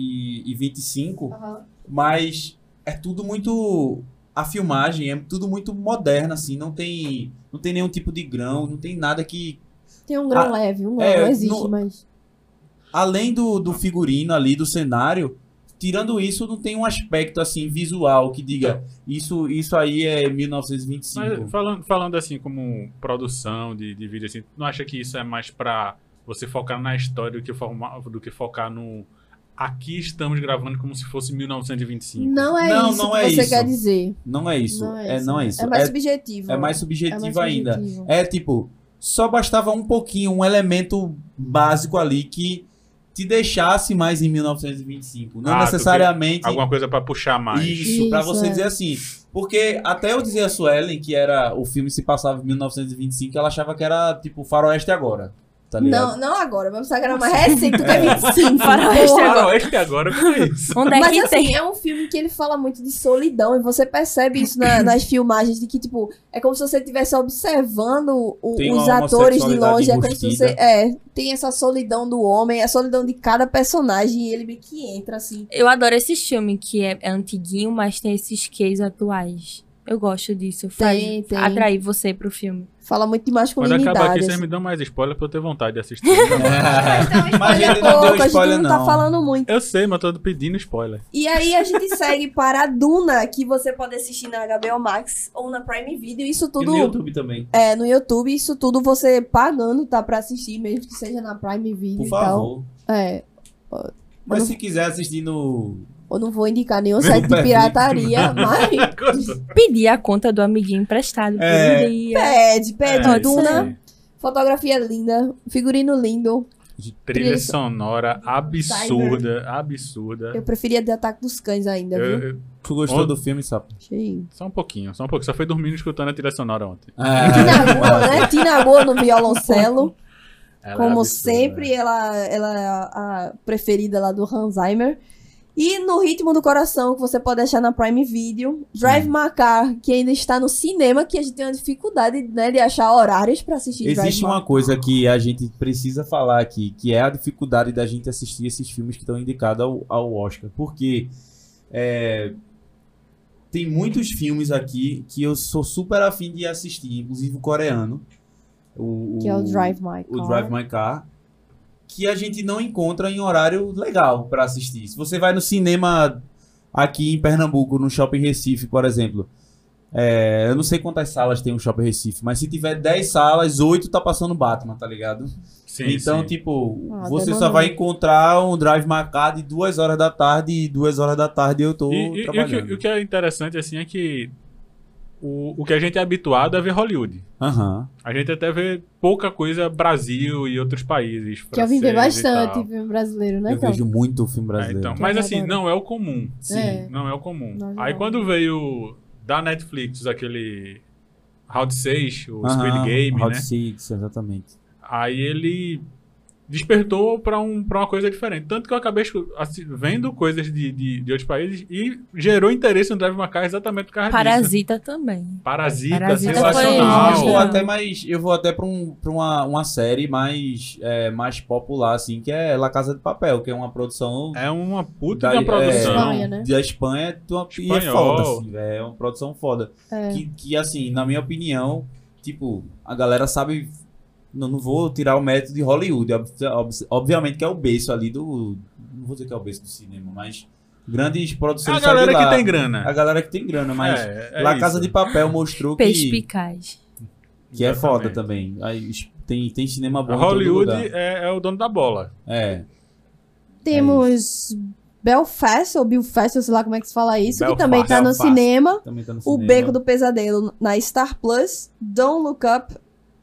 [SPEAKER 4] 1925,
[SPEAKER 1] Aham.
[SPEAKER 4] mas é tudo muito. A filmagem é tudo muito moderna, assim. Não tem, não tem nenhum tipo de grão, não tem nada que.
[SPEAKER 5] Tem um grão
[SPEAKER 4] Ah,
[SPEAKER 5] leve, um grão
[SPEAKER 4] é,
[SPEAKER 5] não existe,
[SPEAKER 4] no-
[SPEAKER 5] mas.
[SPEAKER 4] Além do, do figurino ali, do cenário, tirando isso, não tem um aspecto, assim, visual que diga isso, isso aí é 1925.
[SPEAKER 2] Mas falando, falando assim, como produção de, de vídeo, assim, não acha que isso é mais pra você focar na história do que, forma, do que focar no. Aqui estamos gravando como se fosse 1925.
[SPEAKER 5] Não é
[SPEAKER 4] Não,
[SPEAKER 5] isso
[SPEAKER 4] não
[SPEAKER 5] que
[SPEAKER 4] é
[SPEAKER 5] você
[SPEAKER 4] isso.
[SPEAKER 5] quer dizer.
[SPEAKER 4] Não é isso.
[SPEAKER 5] Não é
[SPEAKER 4] é,
[SPEAKER 5] isso.
[SPEAKER 4] não é isso.
[SPEAKER 5] É mais
[SPEAKER 4] É-
[SPEAKER 5] subjetivo.
[SPEAKER 4] é mais subjetivo ainda.
[SPEAKER 5] subjetivo.
[SPEAKER 4] É tipo, só bastava um pouquinho, um elemento básico ali que te deixasse mais em 1925. Não
[SPEAKER 2] Ah, tu
[SPEAKER 4] necessariamente
[SPEAKER 2] Alguma coisa pra puxar mais.
[SPEAKER 4] isso, pra
[SPEAKER 5] Isso,
[SPEAKER 4] você
[SPEAKER 5] é.
[SPEAKER 4] dizer assim. Porque até eu dizer a Suelen que era o filme se passava em 1925, ela achava que era tipo Faroeste agora. Tá ligado?
[SPEAKER 1] Não,
[SPEAKER 4] É.
[SPEAKER 1] não agora, mas precisa gravar mais recente do que 25.
[SPEAKER 3] Faroeste
[SPEAKER 1] porra.
[SPEAKER 2] Claro, este agora com isso.
[SPEAKER 3] Onde é
[SPEAKER 1] Mas
[SPEAKER 3] que
[SPEAKER 1] assim,
[SPEAKER 3] tem?
[SPEAKER 1] é um filme que ele fala muito de solidão e você percebe isso na- nas filmagens de que, tipo, é como se você estivesse observando o-
[SPEAKER 4] Tem
[SPEAKER 1] os
[SPEAKER 4] uma
[SPEAKER 1] atores de longe. É como se
[SPEAKER 4] homossexualidade
[SPEAKER 1] você. É, tem essa solidão do homem, a solidão de cada personagem e ele meio que entra assim.
[SPEAKER 3] Eu adoro esse filme, que é, é antiguinho, mas tem esses case atuais. Eu gosto disso. Faz
[SPEAKER 1] Tem, tem.
[SPEAKER 3] atrair você pro filme.
[SPEAKER 1] Fala muito de
[SPEAKER 2] Quando
[SPEAKER 1] masculinidade.
[SPEAKER 2] acabar aqui,
[SPEAKER 4] é
[SPEAKER 2] vocês
[SPEAKER 1] assim.
[SPEAKER 2] me dão mais spoiler pra eu ter vontade de assistir.
[SPEAKER 1] Mas tá um
[SPEAKER 4] Mas
[SPEAKER 1] spoiler
[SPEAKER 4] ele não deu
[SPEAKER 1] pouco, a gente
[SPEAKER 4] spoiler,
[SPEAKER 1] não tá
[SPEAKER 4] não.
[SPEAKER 1] falando muito.
[SPEAKER 2] eu sei, mas eu tô pedindo spoiler.
[SPEAKER 1] E aí a gente segue para a Duna, que você pode assistir na HBO Max ou na Prime Video. Isso
[SPEAKER 4] E no
[SPEAKER 1] tudo
[SPEAKER 4] YouTube também.
[SPEAKER 1] é no YouTube, isso tudo você pagando, tá? Pra assistir, mesmo que seja na Prime Video
[SPEAKER 4] Por
[SPEAKER 1] e tal.
[SPEAKER 4] favor.
[SPEAKER 5] É.
[SPEAKER 4] Mas se quiser assistir no.
[SPEAKER 1] Eu não vou indicar nenhum
[SPEAKER 4] Meu
[SPEAKER 1] site de
[SPEAKER 4] perfil.
[SPEAKER 1] pirataria, mas
[SPEAKER 3] Pedir a conta do amiguinho emprestado.
[SPEAKER 4] É.
[SPEAKER 3] pedir.
[SPEAKER 1] pede, pede.
[SPEAKER 2] É,
[SPEAKER 1] Duna,
[SPEAKER 2] isso aí.
[SPEAKER 1] fotografia linda, figurino lindo.
[SPEAKER 2] Trilha
[SPEAKER 1] Trilha-
[SPEAKER 2] sonora absurda, absurda.
[SPEAKER 1] Eu preferia de Ataque dos Cães ainda,
[SPEAKER 2] Eu-
[SPEAKER 1] viu?
[SPEAKER 2] eu-
[SPEAKER 4] Tu gostou
[SPEAKER 2] Onde?
[SPEAKER 4] do filme, sapo?
[SPEAKER 1] Achei.
[SPEAKER 2] só um pouquinho, só um pouquinho. Só foi dormindo escutando a trilha sonora ontem.
[SPEAKER 4] Ah.
[SPEAKER 1] Tina Goa, né? Tina Goa no violoncelo.
[SPEAKER 2] Ela é
[SPEAKER 1] Como
[SPEAKER 2] absurda.
[SPEAKER 1] sempre, ela, ela é a, a preferida lá do Hansheimer. E no Ritmo do Coração, que você pode achar na Prime Video. Drive
[SPEAKER 4] Hum.
[SPEAKER 1] My Car, que ainda está no cinema, que a gente tem uma dificuldade né, de achar horários pra assistir Drive
[SPEAKER 4] Existe
[SPEAKER 1] My
[SPEAKER 4] uma coisa que a gente precisa falar aqui, que é a dificuldade da gente assistir esses filmes que estão indicados ao, ao Oscar. Porque é, tem muitos filmes aqui que eu sou super afim de assistir, inclusive o coreano. O,
[SPEAKER 5] Que é o Drive My
[SPEAKER 4] o
[SPEAKER 5] Car.
[SPEAKER 4] Drive My Car. Que a gente não encontra em horário legal pra assistir. Se você vai no cinema aqui em Pernambuco, no Shopping Recife, por exemplo. é, eu não sei quantas salas tem o Shopping Recife, mas se tiver 10 salas, 8 tá passando Batman, tá ligado?
[SPEAKER 2] Sim,
[SPEAKER 4] então,
[SPEAKER 2] sim.
[SPEAKER 4] tipo,
[SPEAKER 5] Ah,
[SPEAKER 4] você só
[SPEAKER 5] demorou.
[SPEAKER 4] vai encontrar um drive marcado de 2 horas da tarde e 2 horas da tarde eu tô
[SPEAKER 2] E- e- e o,
[SPEAKER 4] trabalhando.
[SPEAKER 2] que, o que é interessante, assim, é que o, o que a gente é habituado é ver Hollywood.
[SPEAKER 4] Aham.
[SPEAKER 2] A gente até vê pouca coisa Brasil e outros países.
[SPEAKER 5] Que eu vim ver
[SPEAKER 2] franceses e
[SPEAKER 5] bastante
[SPEAKER 2] tal.
[SPEAKER 5] filme brasileiro, né?
[SPEAKER 4] Eu
[SPEAKER 5] Então,
[SPEAKER 4] vejo muito filme
[SPEAKER 2] É,
[SPEAKER 4] brasileiro.
[SPEAKER 2] então, mas
[SPEAKER 5] Eu
[SPEAKER 2] assim,
[SPEAKER 5] adoro.
[SPEAKER 2] não é o comum.
[SPEAKER 4] Sim.
[SPEAKER 5] É.
[SPEAKER 2] Não é o comum.
[SPEAKER 5] Nós
[SPEAKER 2] Aí
[SPEAKER 5] não.
[SPEAKER 2] quando veio da Netflix aquele Round 6, o
[SPEAKER 4] Aham,
[SPEAKER 2] Squid Game,
[SPEAKER 4] Hot
[SPEAKER 2] né?
[SPEAKER 4] Six, exatamente.
[SPEAKER 2] Aí ele despertou pra um, pra uma coisa diferente. Tanto que eu acabei escu- assi- vendo coisas de, de, de outros países e gerou interesse no Drive Macar exatamente por causa disso.
[SPEAKER 3] Parasita também.
[SPEAKER 2] Parasita,
[SPEAKER 3] Parasita
[SPEAKER 4] Eu acho,
[SPEAKER 2] sensacional.
[SPEAKER 4] eu
[SPEAKER 3] foi-
[SPEAKER 4] vou até mais, eu vou até pra, um, pra uma, uma série mais, é, mais popular, assim, que é La Casa de Papel, que é uma produção
[SPEAKER 2] É uma puta
[SPEAKER 4] Da-
[SPEAKER 2] de uma
[SPEAKER 4] um
[SPEAKER 2] produção.
[SPEAKER 1] Espanha, né?
[SPEAKER 4] da Espanha tu- e é
[SPEAKER 2] Espanhol.
[SPEAKER 4] foda, assim, velho, é uma produção foda.
[SPEAKER 1] É.
[SPEAKER 4] Que, que, assim, na minha opinião, tipo, a galera sabe. Não, não vou tirar o mérito de Hollywood. ob- ob- Obviamente que é o berço ali do. Não vou dizer que é o berço do cinema, mas grandes produções
[SPEAKER 2] a galera
[SPEAKER 4] saem de
[SPEAKER 2] que
[SPEAKER 4] lá.
[SPEAKER 2] tem grana.
[SPEAKER 4] A galera que tem grana, mas
[SPEAKER 2] é, é
[SPEAKER 4] La
[SPEAKER 2] isso.
[SPEAKER 4] Casa de Papel mostrou que,
[SPEAKER 3] Perspicaz.
[SPEAKER 4] que é foda
[SPEAKER 2] Exatamente.
[SPEAKER 4] também. Aí, es- tem, tem cinema bom.
[SPEAKER 2] A
[SPEAKER 4] em todo
[SPEAKER 2] Hollywood
[SPEAKER 4] lugar.
[SPEAKER 2] é, é o dono da bola.
[SPEAKER 4] É.
[SPEAKER 1] Temos Belfast, ou Belfast, eu sei lá como é que se fala isso, que
[SPEAKER 2] Belfast.
[SPEAKER 1] também tá no
[SPEAKER 4] Belfast.
[SPEAKER 1] cinema.
[SPEAKER 4] Também tá no
[SPEAKER 1] O
[SPEAKER 4] cinema.
[SPEAKER 1] Beco do Pesadelo na Star Plus. Don't Look Up,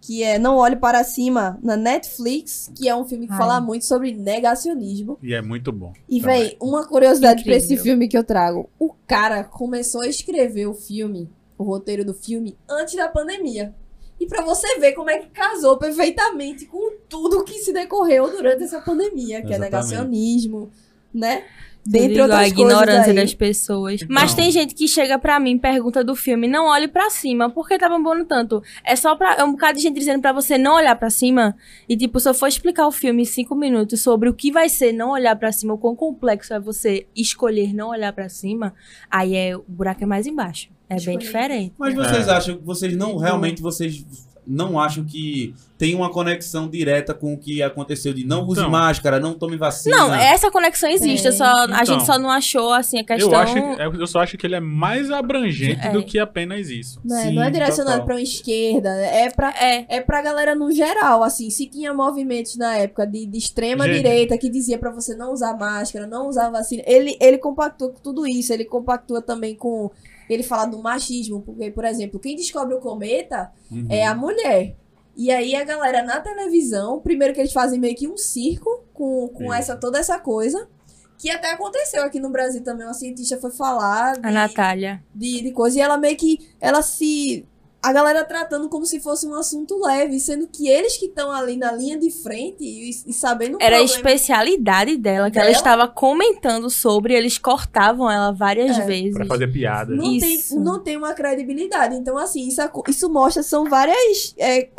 [SPEAKER 1] que é Não Olhe Para Cima na Netflix, que é um filme que
[SPEAKER 3] Ai.
[SPEAKER 1] fala muito sobre negacionismo.
[SPEAKER 2] E é muito bom.
[SPEAKER 1] E,
[SPEAKER 2] Também.
[SPEAKER 1] véi, uma curiosidade pra esse
[SPEAKER 3] Incrível.
[SPEAKER 1] filme que eu trago. O cara começou a escrever o filme, o roteiro do filme, antes da pandemia. E pra você ver como é que casou perfeitamente com tudo que se decorreu durante essa pandemia, que é
[SPEAKER 4] Exatamente.
[SPEAKER 1] negacionismo, né?
[SPEAKER 3] Dentre
[SPEAKER 1] Dentre outras
[SPEAKER 3] a
[SPEAKER 1] coisas
[SPEAKER 3] ignorância
[SPEAKER 1] aí.
[SPEAKER 3] das pessoas. Mas
[SPEAKER 2] Então.
[SPEAKER 3] tem gente que chega pra mim, pergunta do filme, não olhe pra cima, por que tá bombando tanto? É só pra, é um bocado de gente dizendo pra você não olhar pra cima. E tipo, se eu for explicar o filme em cinco minutos sobre o que vai ser não olhar pra cima, o quão complexo é você escolher não olhar pra cima, aí é, o buraco é mais embaixo. É
[SPEAKER 1] Escolher.
[SPEAKER 3] bem diferente.
[SPEAKER 4] Mas vocês acham que vocês não
[SPEAKER 1] Então-
[SPEAKER 4] realmente vocês não acham que tem uma conexão direta com o que aconteceu de não use
[SPEAKER 2] Então.
[SPEAKER 4] máscara, não tome vacina?
[SPEAKER 3] Não, essa conexão existe,
[SPEAKER 1] É.
[SPEAKER 3] só, a
[SPEAKER 2] Então.
[SPEAKER 3] gente só não achou, assim, a questão...
[SPEAKER 2] Eu, acho, que- eu- eu só acho que ele é mais abrangente
[SPEAKER 3] É.
[SPEAKER 2] do que apenas isso.
[SPEAKER 1] Não é,
[SPEAKER 4] Sim,
[SPEAKER 1] não é direcionado
[SPEAKER 4] total.
[SPEAKER 1] pra uma esquerda, é pra
[SPEAKER 3] É,
[SPEAKER 1] É pra galera no geral, assim, se tinha movimentos na época de, de extrema
[SPEAKER 2] Gente.
[SPEAKER 1] direita que dizia pra você não usar máscara, não usar vacina, ele, ele compactua com tudo isso, ele compactua também com ele falar do machismo, porque, por exemplo, quem descobre o cometa
[SPEAKER 4] Uhum.
[SPEAKER 1] é a mulher. E aí a galera na televisão, primeiro que eles fazem meio que um circo com, com
[SPEAKER 2] Isso.
[SPEAKER 1] essa toda essa coisa, que até aconteceu aqui no Brasil também, uma cientista foi falar
[SPEAKER 3] a
[SPEAKER 1] de-
[SPEAKER 3] Natália.
[SPEAKER 1] de, de coisa. E ela meio que. Ela se. A galera tratando como se fosse um assunto leve, sendo que eles que estão ali na linha de frente e, e sabendo o
[SPEAKER 3] Era a
[SPEAKER 1] problema-
[SPEAKER 3] especialidade dela, que ela
[SPEAKER 1] Dela?
[SPEAKER 3] estava comentando sobre, eles cortavam ela várias
[SPEAKER 1] É.
[SPEAKER 3] vezes.
[SPEAKER 2] Pra fazer piada.
[SPEAKER 1] Não tem,
[SPEAKER 3] Isso.
[SPEAKER 1] não tem uma credibilidade. Então, assim, isso, aco- isso mostra, são várias. é,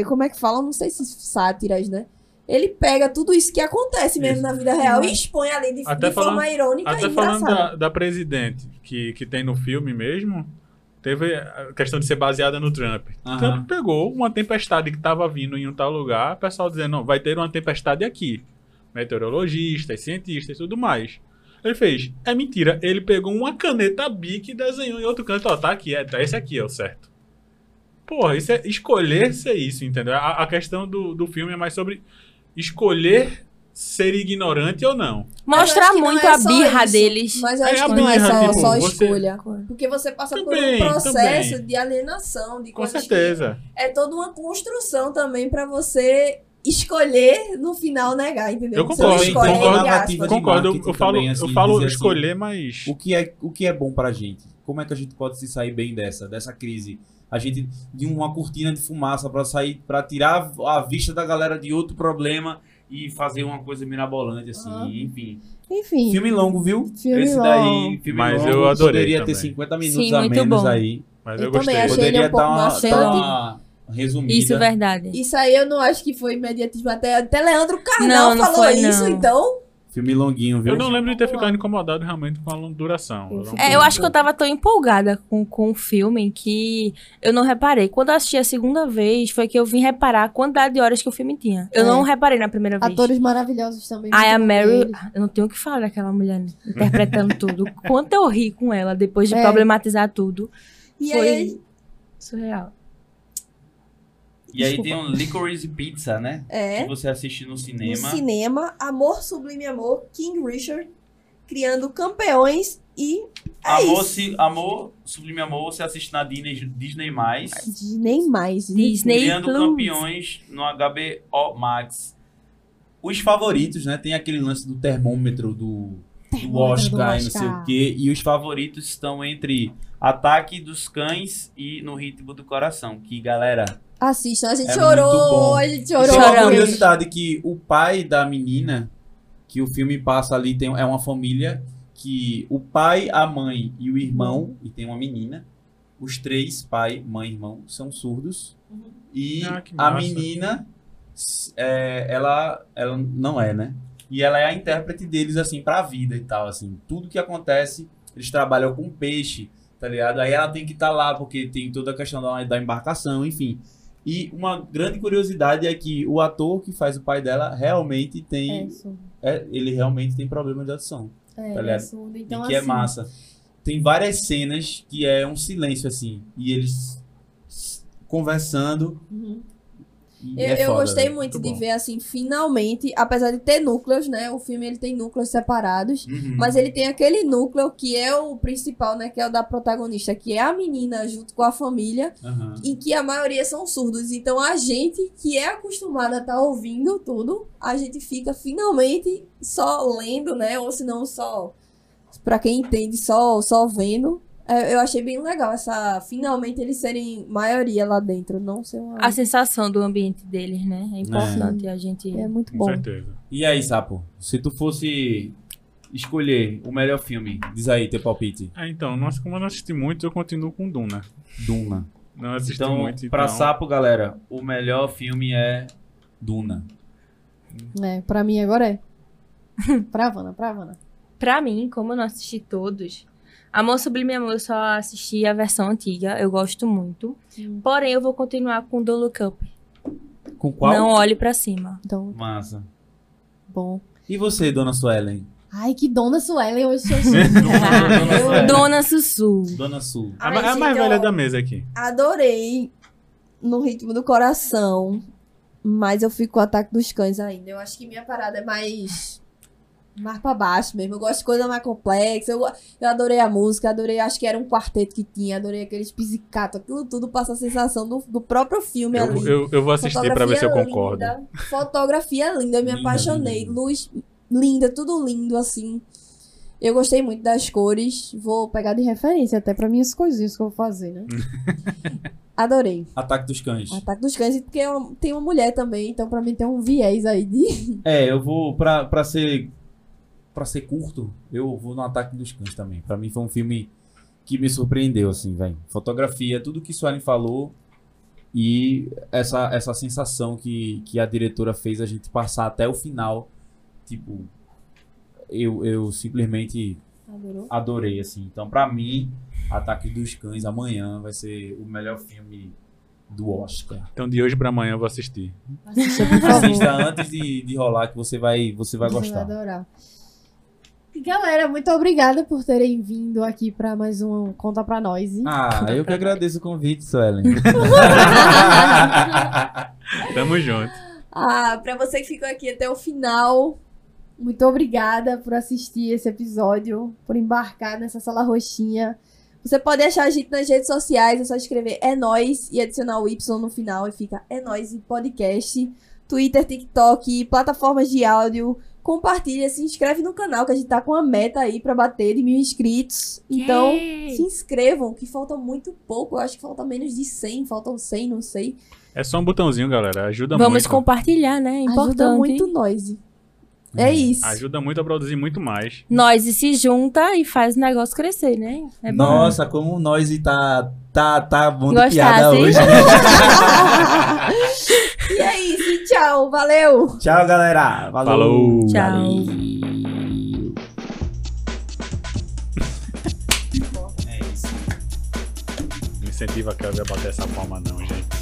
[SPEAKER 1] é, como é que fala? Não sei se sátiras, né? Ele pega tudo isso que acontece mesmo
[SPEAKER 2] Isso.
[SPEAKER 1] na vida real
[SPEAKER 3] Uhum.
[SPEAKER 1] e expõe ali de,
[SPEAKER 2] Até
[SPEAKER 1] de forma
[SPEAKER 2] falando-
[SPEAKER 1] irônica e tá
[SPEAKER 2] Até falando
[SPEAKER 1] engraçada.
[SPEAKER 2] da, da presidente, que, que tem no filme mesmo, teve a questão de ser baseada no Trump.
[SPEAKER 4] Aham.
[SPEAKER 2] Trump pegou uma tempestade que estava vindo em um tal lugar, o pessoal dizendo, não, vai ter uma tempestade aqui. Meteorologistas, cientistas, tudo mais. Ele fez, é mentira, ele pegou uma caneta bic e desenhou em outro canto, ó, tá aqui, é, tá esse aqui é o certo. Porra, isso é escolher ser isso, entendeu? A, a questão do, do filme é mais sobre escolher ser ignorante ou não.
[SPEAKER 3] Mostrar
[SPEAKER 1] Eu acho que não
[SPEAKER 3] muito
[SPEAKER 1] é
[SPEAKER 3] a
[SPEAKER 1] só
[SPEAKER 3] birra
[SPEAKER 1] isso,
[SPEAKER 3] deles.
[SPEAKER 1] Mas eu
[SPEAKER 2] É
[SPEAKER 1] acho
[SPEAKER 2] a
[SPEAKER 1] que não é
[SPEAKER 2] birra,
[SPEAKER 1] só,
[SPEAKER 2] tipo,
[SPEAKER 1] só
[SPEAKER 2] você-
[SPEAKER 1] escolha. Porque você passa
[SPEAKER 2] Também,
[SPEAKER 1] por um processo
[SPEAKER 2] também.
[SPEAKER 1] de alienação, de
[SPEAKER 2] Com
[SPEAKER 1] coisas que-
[SPEAKER 2] certeza.
[SPEAKER 1] é toda uma construção também pra você escolher no final negar, entendeu?
[SPEAKER 2] Eu
[SPEAKER 1] Você
[SPEAKER 2] concordo,
[SPEAKER 1] não escolhe,
[SPEAKER 2] concordo.
[SPEAKER 1] entre aspas.
[SPEAKER 4] Narrativa de
[SPEAKER 2] Concordo, eu,
[SPEAKER 4] marketing
[SPEAKER 2] eu falo,
[SPEAKER 4] também, assim,
[SPEAKER 2] eu falo
[SPEAKER 4] dizer assim,
[SPEAKER 2] escolher, mas.
[SPEAKER 4] O que é o que é bom pra gente? Como é que a gente pode se sair bem dessa, dessa crise? A gente de uma cortina de fumaça pra sair, para tirar a vista da galera de outro problema e fazer uma coisa mirabolante assim,
[SPEAKER 1] Aham.
[SPEAKER 4] enfim.
[SPEAKER 1] Enfim,
[SPEAKER 4] Filme longo, viu?
[SPEAKER 1] Filme
[SPEAKER 4] Esse
[SPEAKER 1] longo.
[SPEAKER 4] daí, filme
[SPEAKER 2] Mas
[SPEAKER 4] longo,
[SPEAKER 2] eu adorei
[SPEAKER 4] poderia
[SPEAKER 2] também.
[SPEAKER 4] ter 50 minutos
[SPEAKER 3] Sim,
[SPEAKER 4] a
[SPEAKER 3] muito
[SPEAKER 4] menos
[SPEAKER 3] bom.
[SPEAKER 4] aí.
[SPEAKER 2] Mas
[SPEAKER 1] Eu
[SPEAKER 2] eu,
[SPEAKER 1] também
[SPEAKER 2] gostei.
[SPEAKER 1] achei ele um
[SPEAKER 4] Poderia
[SPEAKER 1] pouco
[SPEAKER 4] dar uma,
[SPEAKER 1] maçante.
[SPEAKER 4] dar uma resumida.
[SPEAKER 3] Isso, verdade.
[SPEAKER 1] isso aí eu não acho que foi imediatismo. Até, até Leandro Carnal
[SPEAKER 3] Não, não
[SPEAKER 1] falou
[SPEAKER 3] foi,
[SPEAKER 1] isso,
[SPEAKER 3] não.
[SPEAKER 1] então.
[SPEAKER 4] Filme longuinho, viu?
[SPEAKER 2] Eu não lembro de ter ficado incomodado realmente com a longa duração. Eu não-
[SPEAKER 3] É, eu acho que eu tava tão empolgada com, com o filme que eu não reparei. Quando eu assisti a segunda vez, foi que eu vim reparar a quantidade de horas que o filme tinha. Eu
[SPEAKER 1] É.
[SPEAKER 3] não reparei na primeira vez.
[SPEAKER 1] Atores maravilhosos também.
[SPEAKER 3] Ai, a
[SPEAKER 1] muito bom
[SPEAKER 3] Mary, Ah,
[SPEAKER 1] dele.
[SPEAKER 3] eu não tenho o que falar daquela mulher né? interpretando tudo. Quanto eu ri com ela depois de
[SPEAKER 1] É.
[SPEAKER 3] problematizar tudo.
[SPEAKER 1] E
[SPEAKER 3] foi
[SPEAKER 1] aí,
[SPEAKER 3] surreal.
[SPEAKER 7] E aí
[SPEAKER 3] Desculpa.
[SPEAKER 7] tem um Licorice Pizza, né?
[SPEAKER 1] é,
[SPEAKER 7] Que você assiste no
[SPEAKER 1] no
[SPEAKER 7] cinema.
[SPEAKER 1] cinema, Amor Sublime Amor, King Richard, criando campeões e é
[SPEAKER 7] amor,
[SPEAKER 1] isso.
[SPEAKER 7] se, amor, Sublime Amor, você assiste na Disney, Disney+,
[SPEAKER 1] Nem mais. né?
[SPEAKER 3] Disney
[SPEAKER 7] criando
[SPEAKER 3] Plus.
[SPEAKER 7] campeões no HBO Max.
[SPEAKER 4] Os favoritos, né? Tem aquele lance do termômetro do, do
[SPEAKER 8] do Oscar e não
[SPEAKER 9] Oscar.
[SPEAKER 8] sei o quê. E os favoritos estão entre Ataque dos Cães e No Ritmo do Coração. Que, galera,
[SPEAKER 1] Assistam, a gente
[SPEAKER 8] É muito
[SPEAKER 1] chorou,
[SPEAKER 8] bom.
[SPEAKER 1] a gente
[SPEAKER 4] E
[SPEAKER 1] chorou.
[SPEAKER 4] Tem é uma
[SPEAKER 3] Choramos.
[SPEAKER 4] curiosidade que o pai da menina, que o filme passa ali, tem, é uma família que o pai, a mãe e o irmão, e tem uma menina, os três, pai, mãe e irmão, são surdos. E
[SPEAKER 2] Ah, que
[SPEAKER 4] a
[SPEAKER 2] massa.
[SPEAKER 4] menina, s- é, ela, ela não é, né? E ela é a intérprete deles, assim, pra vida e tal, assim. Tudo que acontece, eles trabalham com peixe, tá ligado? Aí ela tem que estar lá, porque tem toda a questão da, da embarcação, enfim. E uma grande curiosidade é que o ator que faz o pai dela realmente
[SPEAKER 9] É
[SPEAKER 4] tem.
[SPEAKER 9] isso.
[SPEAKER 4] é, ele realmente tem problema de audição.
[SPEAKER 9] É,
[SPEAKER 4] Tá ligado?
[SPEAKER 9] surdo. Então,
[SPEAKER 4] e que é
[SPEAKER 9] assim,
[SPEAKER 4] massa. Tem várias cenas que é um silêncio, assim. E eles s- conversando.
[SPEAKER 1] Uhum.
[SPEAKER 4] E
[SPEAKER 1] Eu,
[SPEAKER 4] é
[SPEAKER 1] eu
[SPEAKER 4] foda,
[SPEAKER 1] gostei
[SPEAKER 4] velho.
[SPEAKER 1] muito
[SPEAKER 2] Muito
[SPEAKER 1] de
[SPEAKER 2] bom.
[SPEAKER 1] ver, assim, finalmente, apesar de ter núcleos, né? O filme ele tem núcleos separados.
[SPEAKER 4] Uhum,
[SPEAKER 1] Mas ele tem aquele núcleo que é o principal, né? Que é o da protagonista, que é a menina junto com a família,
[SPEAKER 4] Aham.
[SPEAKER 1] em que a maioria são surdos. Então a gente que é acostumada a estar ouvindo tudo, a gente fica finalmente só lendo, né? Ou se não, só. Pra quem entende, só, só vendo. É, Eu achei bem legal essa. Finalmente eles serem maioria lá dentro, não ser uma.
[SPEAKER 3] A sensação do ambiente deles, né? É importante a gente.
[SPEAKER 1] É muito
[SPEAKER 2] Com
[SPEAKER 1] bom.
[SPEAKER 2] certeza.
[SPEAKER 4] E aí, Sapo? Se tu fosse escolher o melhor filme, diz aí teu palpite.
[SPEAKER 2] Ah, então, nossa, como eu não assisti muito, eu continuo com Duna.
[SPEAKER 4] Duna.
[SPEAKER 2] Não assisti
[SPEAKER 8] então,
[SPEAKER 2] muito, então...
[SPEAKER 8] pra Sapo, galera, o melhor filme é
[SPEAKER 4] Duna.
[SPEAKER 9] É, pra mim agora é. pra Havana, pra Havana.
[SPEAKER 3] Pra mim, como eu não assisti todos, Amor Sublime Amor eu só assisti a versão antiga, eu gosto muito. Porém, eu vou continuar com Don't Look Up.
[SPEAKER 4] Com qual?
[SPEAKER 3] Não olhe pra cima.
[SPEAKER 9] Então,
[SPEAKER 8] Massa.
[SPEAKER 9] bom.
[SPEAKER 4] E você, dona Suelen?
[SPEAKER 9] Ai, que dona Suelen hoje.
[SPEAKER 1] assim.
[SPEAKER 9] eu sou-
[SPEAKER 3] Dona Sussu.
[SPEAKER 4] Dona Sul.
[SPEAKER 2] A,
[SPEAKER 1] Ai,
[SPEAKER 2] ma- a
[SPEAKER 1] gente,
[SPEAKER 2] mais
[SPEAKER 1] eu-
[SPEAKER 2] velha da mesa aqui.
[SPEAKER 1] é Adorei no ritmo do coração. Mas eu fico com o ataque dos cães ainda. Eu acho que minha parada é mais. Mais pra baixo mesmo. Eu gosto de coisa mais complexa. Eu, eu adorei a música, adorei. Acho que era um quarteto que tinha, adorei aqueles pisicatos. Aquilo tudo passa a sensação do, do próprio filme ali.
[SPEAKER 2] Eu, eu, eu vou assistir pra ver se eu
[SPEAKER 1] Fotografia
[SPEAKER 2] concordo.
[SPEAKER 1] linda, Fotografia linda, eu me
[SPEAKER 4] Linda,
[SPEAKER 1] apaixonei.
[SPEAKER 4] linda.
[SPEAKER 1] Luz linda, tudo lindo assim. Eu gostei muito das cores. Vou pegar de
[SPEAKER 9] De referência até pra minhas coisinhas que eu vou fazer, né?
[SPEAKER 1] Adorei.
[SPEAKER 4] Ataque dos Cães.
[SPEAKER 1] Ataque dos cães, e porque é uma- tem uma mulher também, então pra mim tem um viés aí de.
[SPEAKER 4] É, eu vou pra, pra ser pra ser curto, eu vou no Ataque dos Cães também. Pra mim foi um filme que me surpreendeu assim, velho. Fotografia, tudo que Suelen falou e essa essa sensação que, que a diretora fez a gente passar até o final, tipo eu, eu simplesmente
[SPEAKER 1] Adorou?
[SPEAKER 4] adorei assim. Então pra mim, Ataque dos Cães amanhã vai ser o melhor filme do Oscar.
[SPEAKER 2] Então, de hoje pra amanhã eu vou assistir.
[SPEAKER 9] Assista, por
[SPEAKER 1] Tá
[SPEAKER 9] favor.
[SPEAKER 4] Assista antes de, de rolar que você vai, você vai
[SPEAKER 9] Você vai
[SPEAKER 4] gostar.
[SPEAKER 9] adorar. E, Galera, muito obrigada por terem vindo aqui pra mais um Conta Pra Nós. E
[SPEAKER 4] Ah, eu que agradeço o convite, Suelen.
[SPEAKER 2] Tamo junto.
[SPEAKER 1] Ah, pra você que ficou aqui até o final.
[SPEAKER 9] Muito obrigada por assistir esse episódio, por embarcar nessa sala roxinha.
[SPEAKER 1] Você pode achar a gente nas redes sociais, é só escrever é nós e adicionar o Y no final e fica é nós e podcast, Twitter, TikTok, plataformas de áudio. Compartilha, se inscreve no canal que a gente tá com uma meta aí pra bater de mil inscritos. Então, se inscrevam, que falta muito pouco. Eu acho que falta menos de 100, faltam 100, não sei.
[SPEAKER 2] É só um botãozinho, galera. Ajuda
[SPEAKER 3] Vamos
[SPEAKER 2] muito.
[SPEAKER 3] compartilhar, né? É importante.
[SPEAKER 1] Ajuda muito nós. É isso.
[SPEAKER 2] Ajuda muito a produzir muito mais.
[SPEAKER 3] Nós e se junta e faz o negócio crescer, né? É bom.
[SPEAKER 4] Nossa, como nós e tá, tá, tá bom de
[SPEAKER 3] Gostasse?
[SPEAKER 4] piada hoje. né?
[SPEAKER 1] E é isso, e tchau, valeu!
[SPEAKER 4] Tchau, galera. Valeu.
[SPEAKER 2] Falou.
[SPEAKER 3] Tchau.
[SPEAKER 4] Valeu. É
[SPEAKER 2] Não incentiva a Kelvin a bater essa palma, não, gente.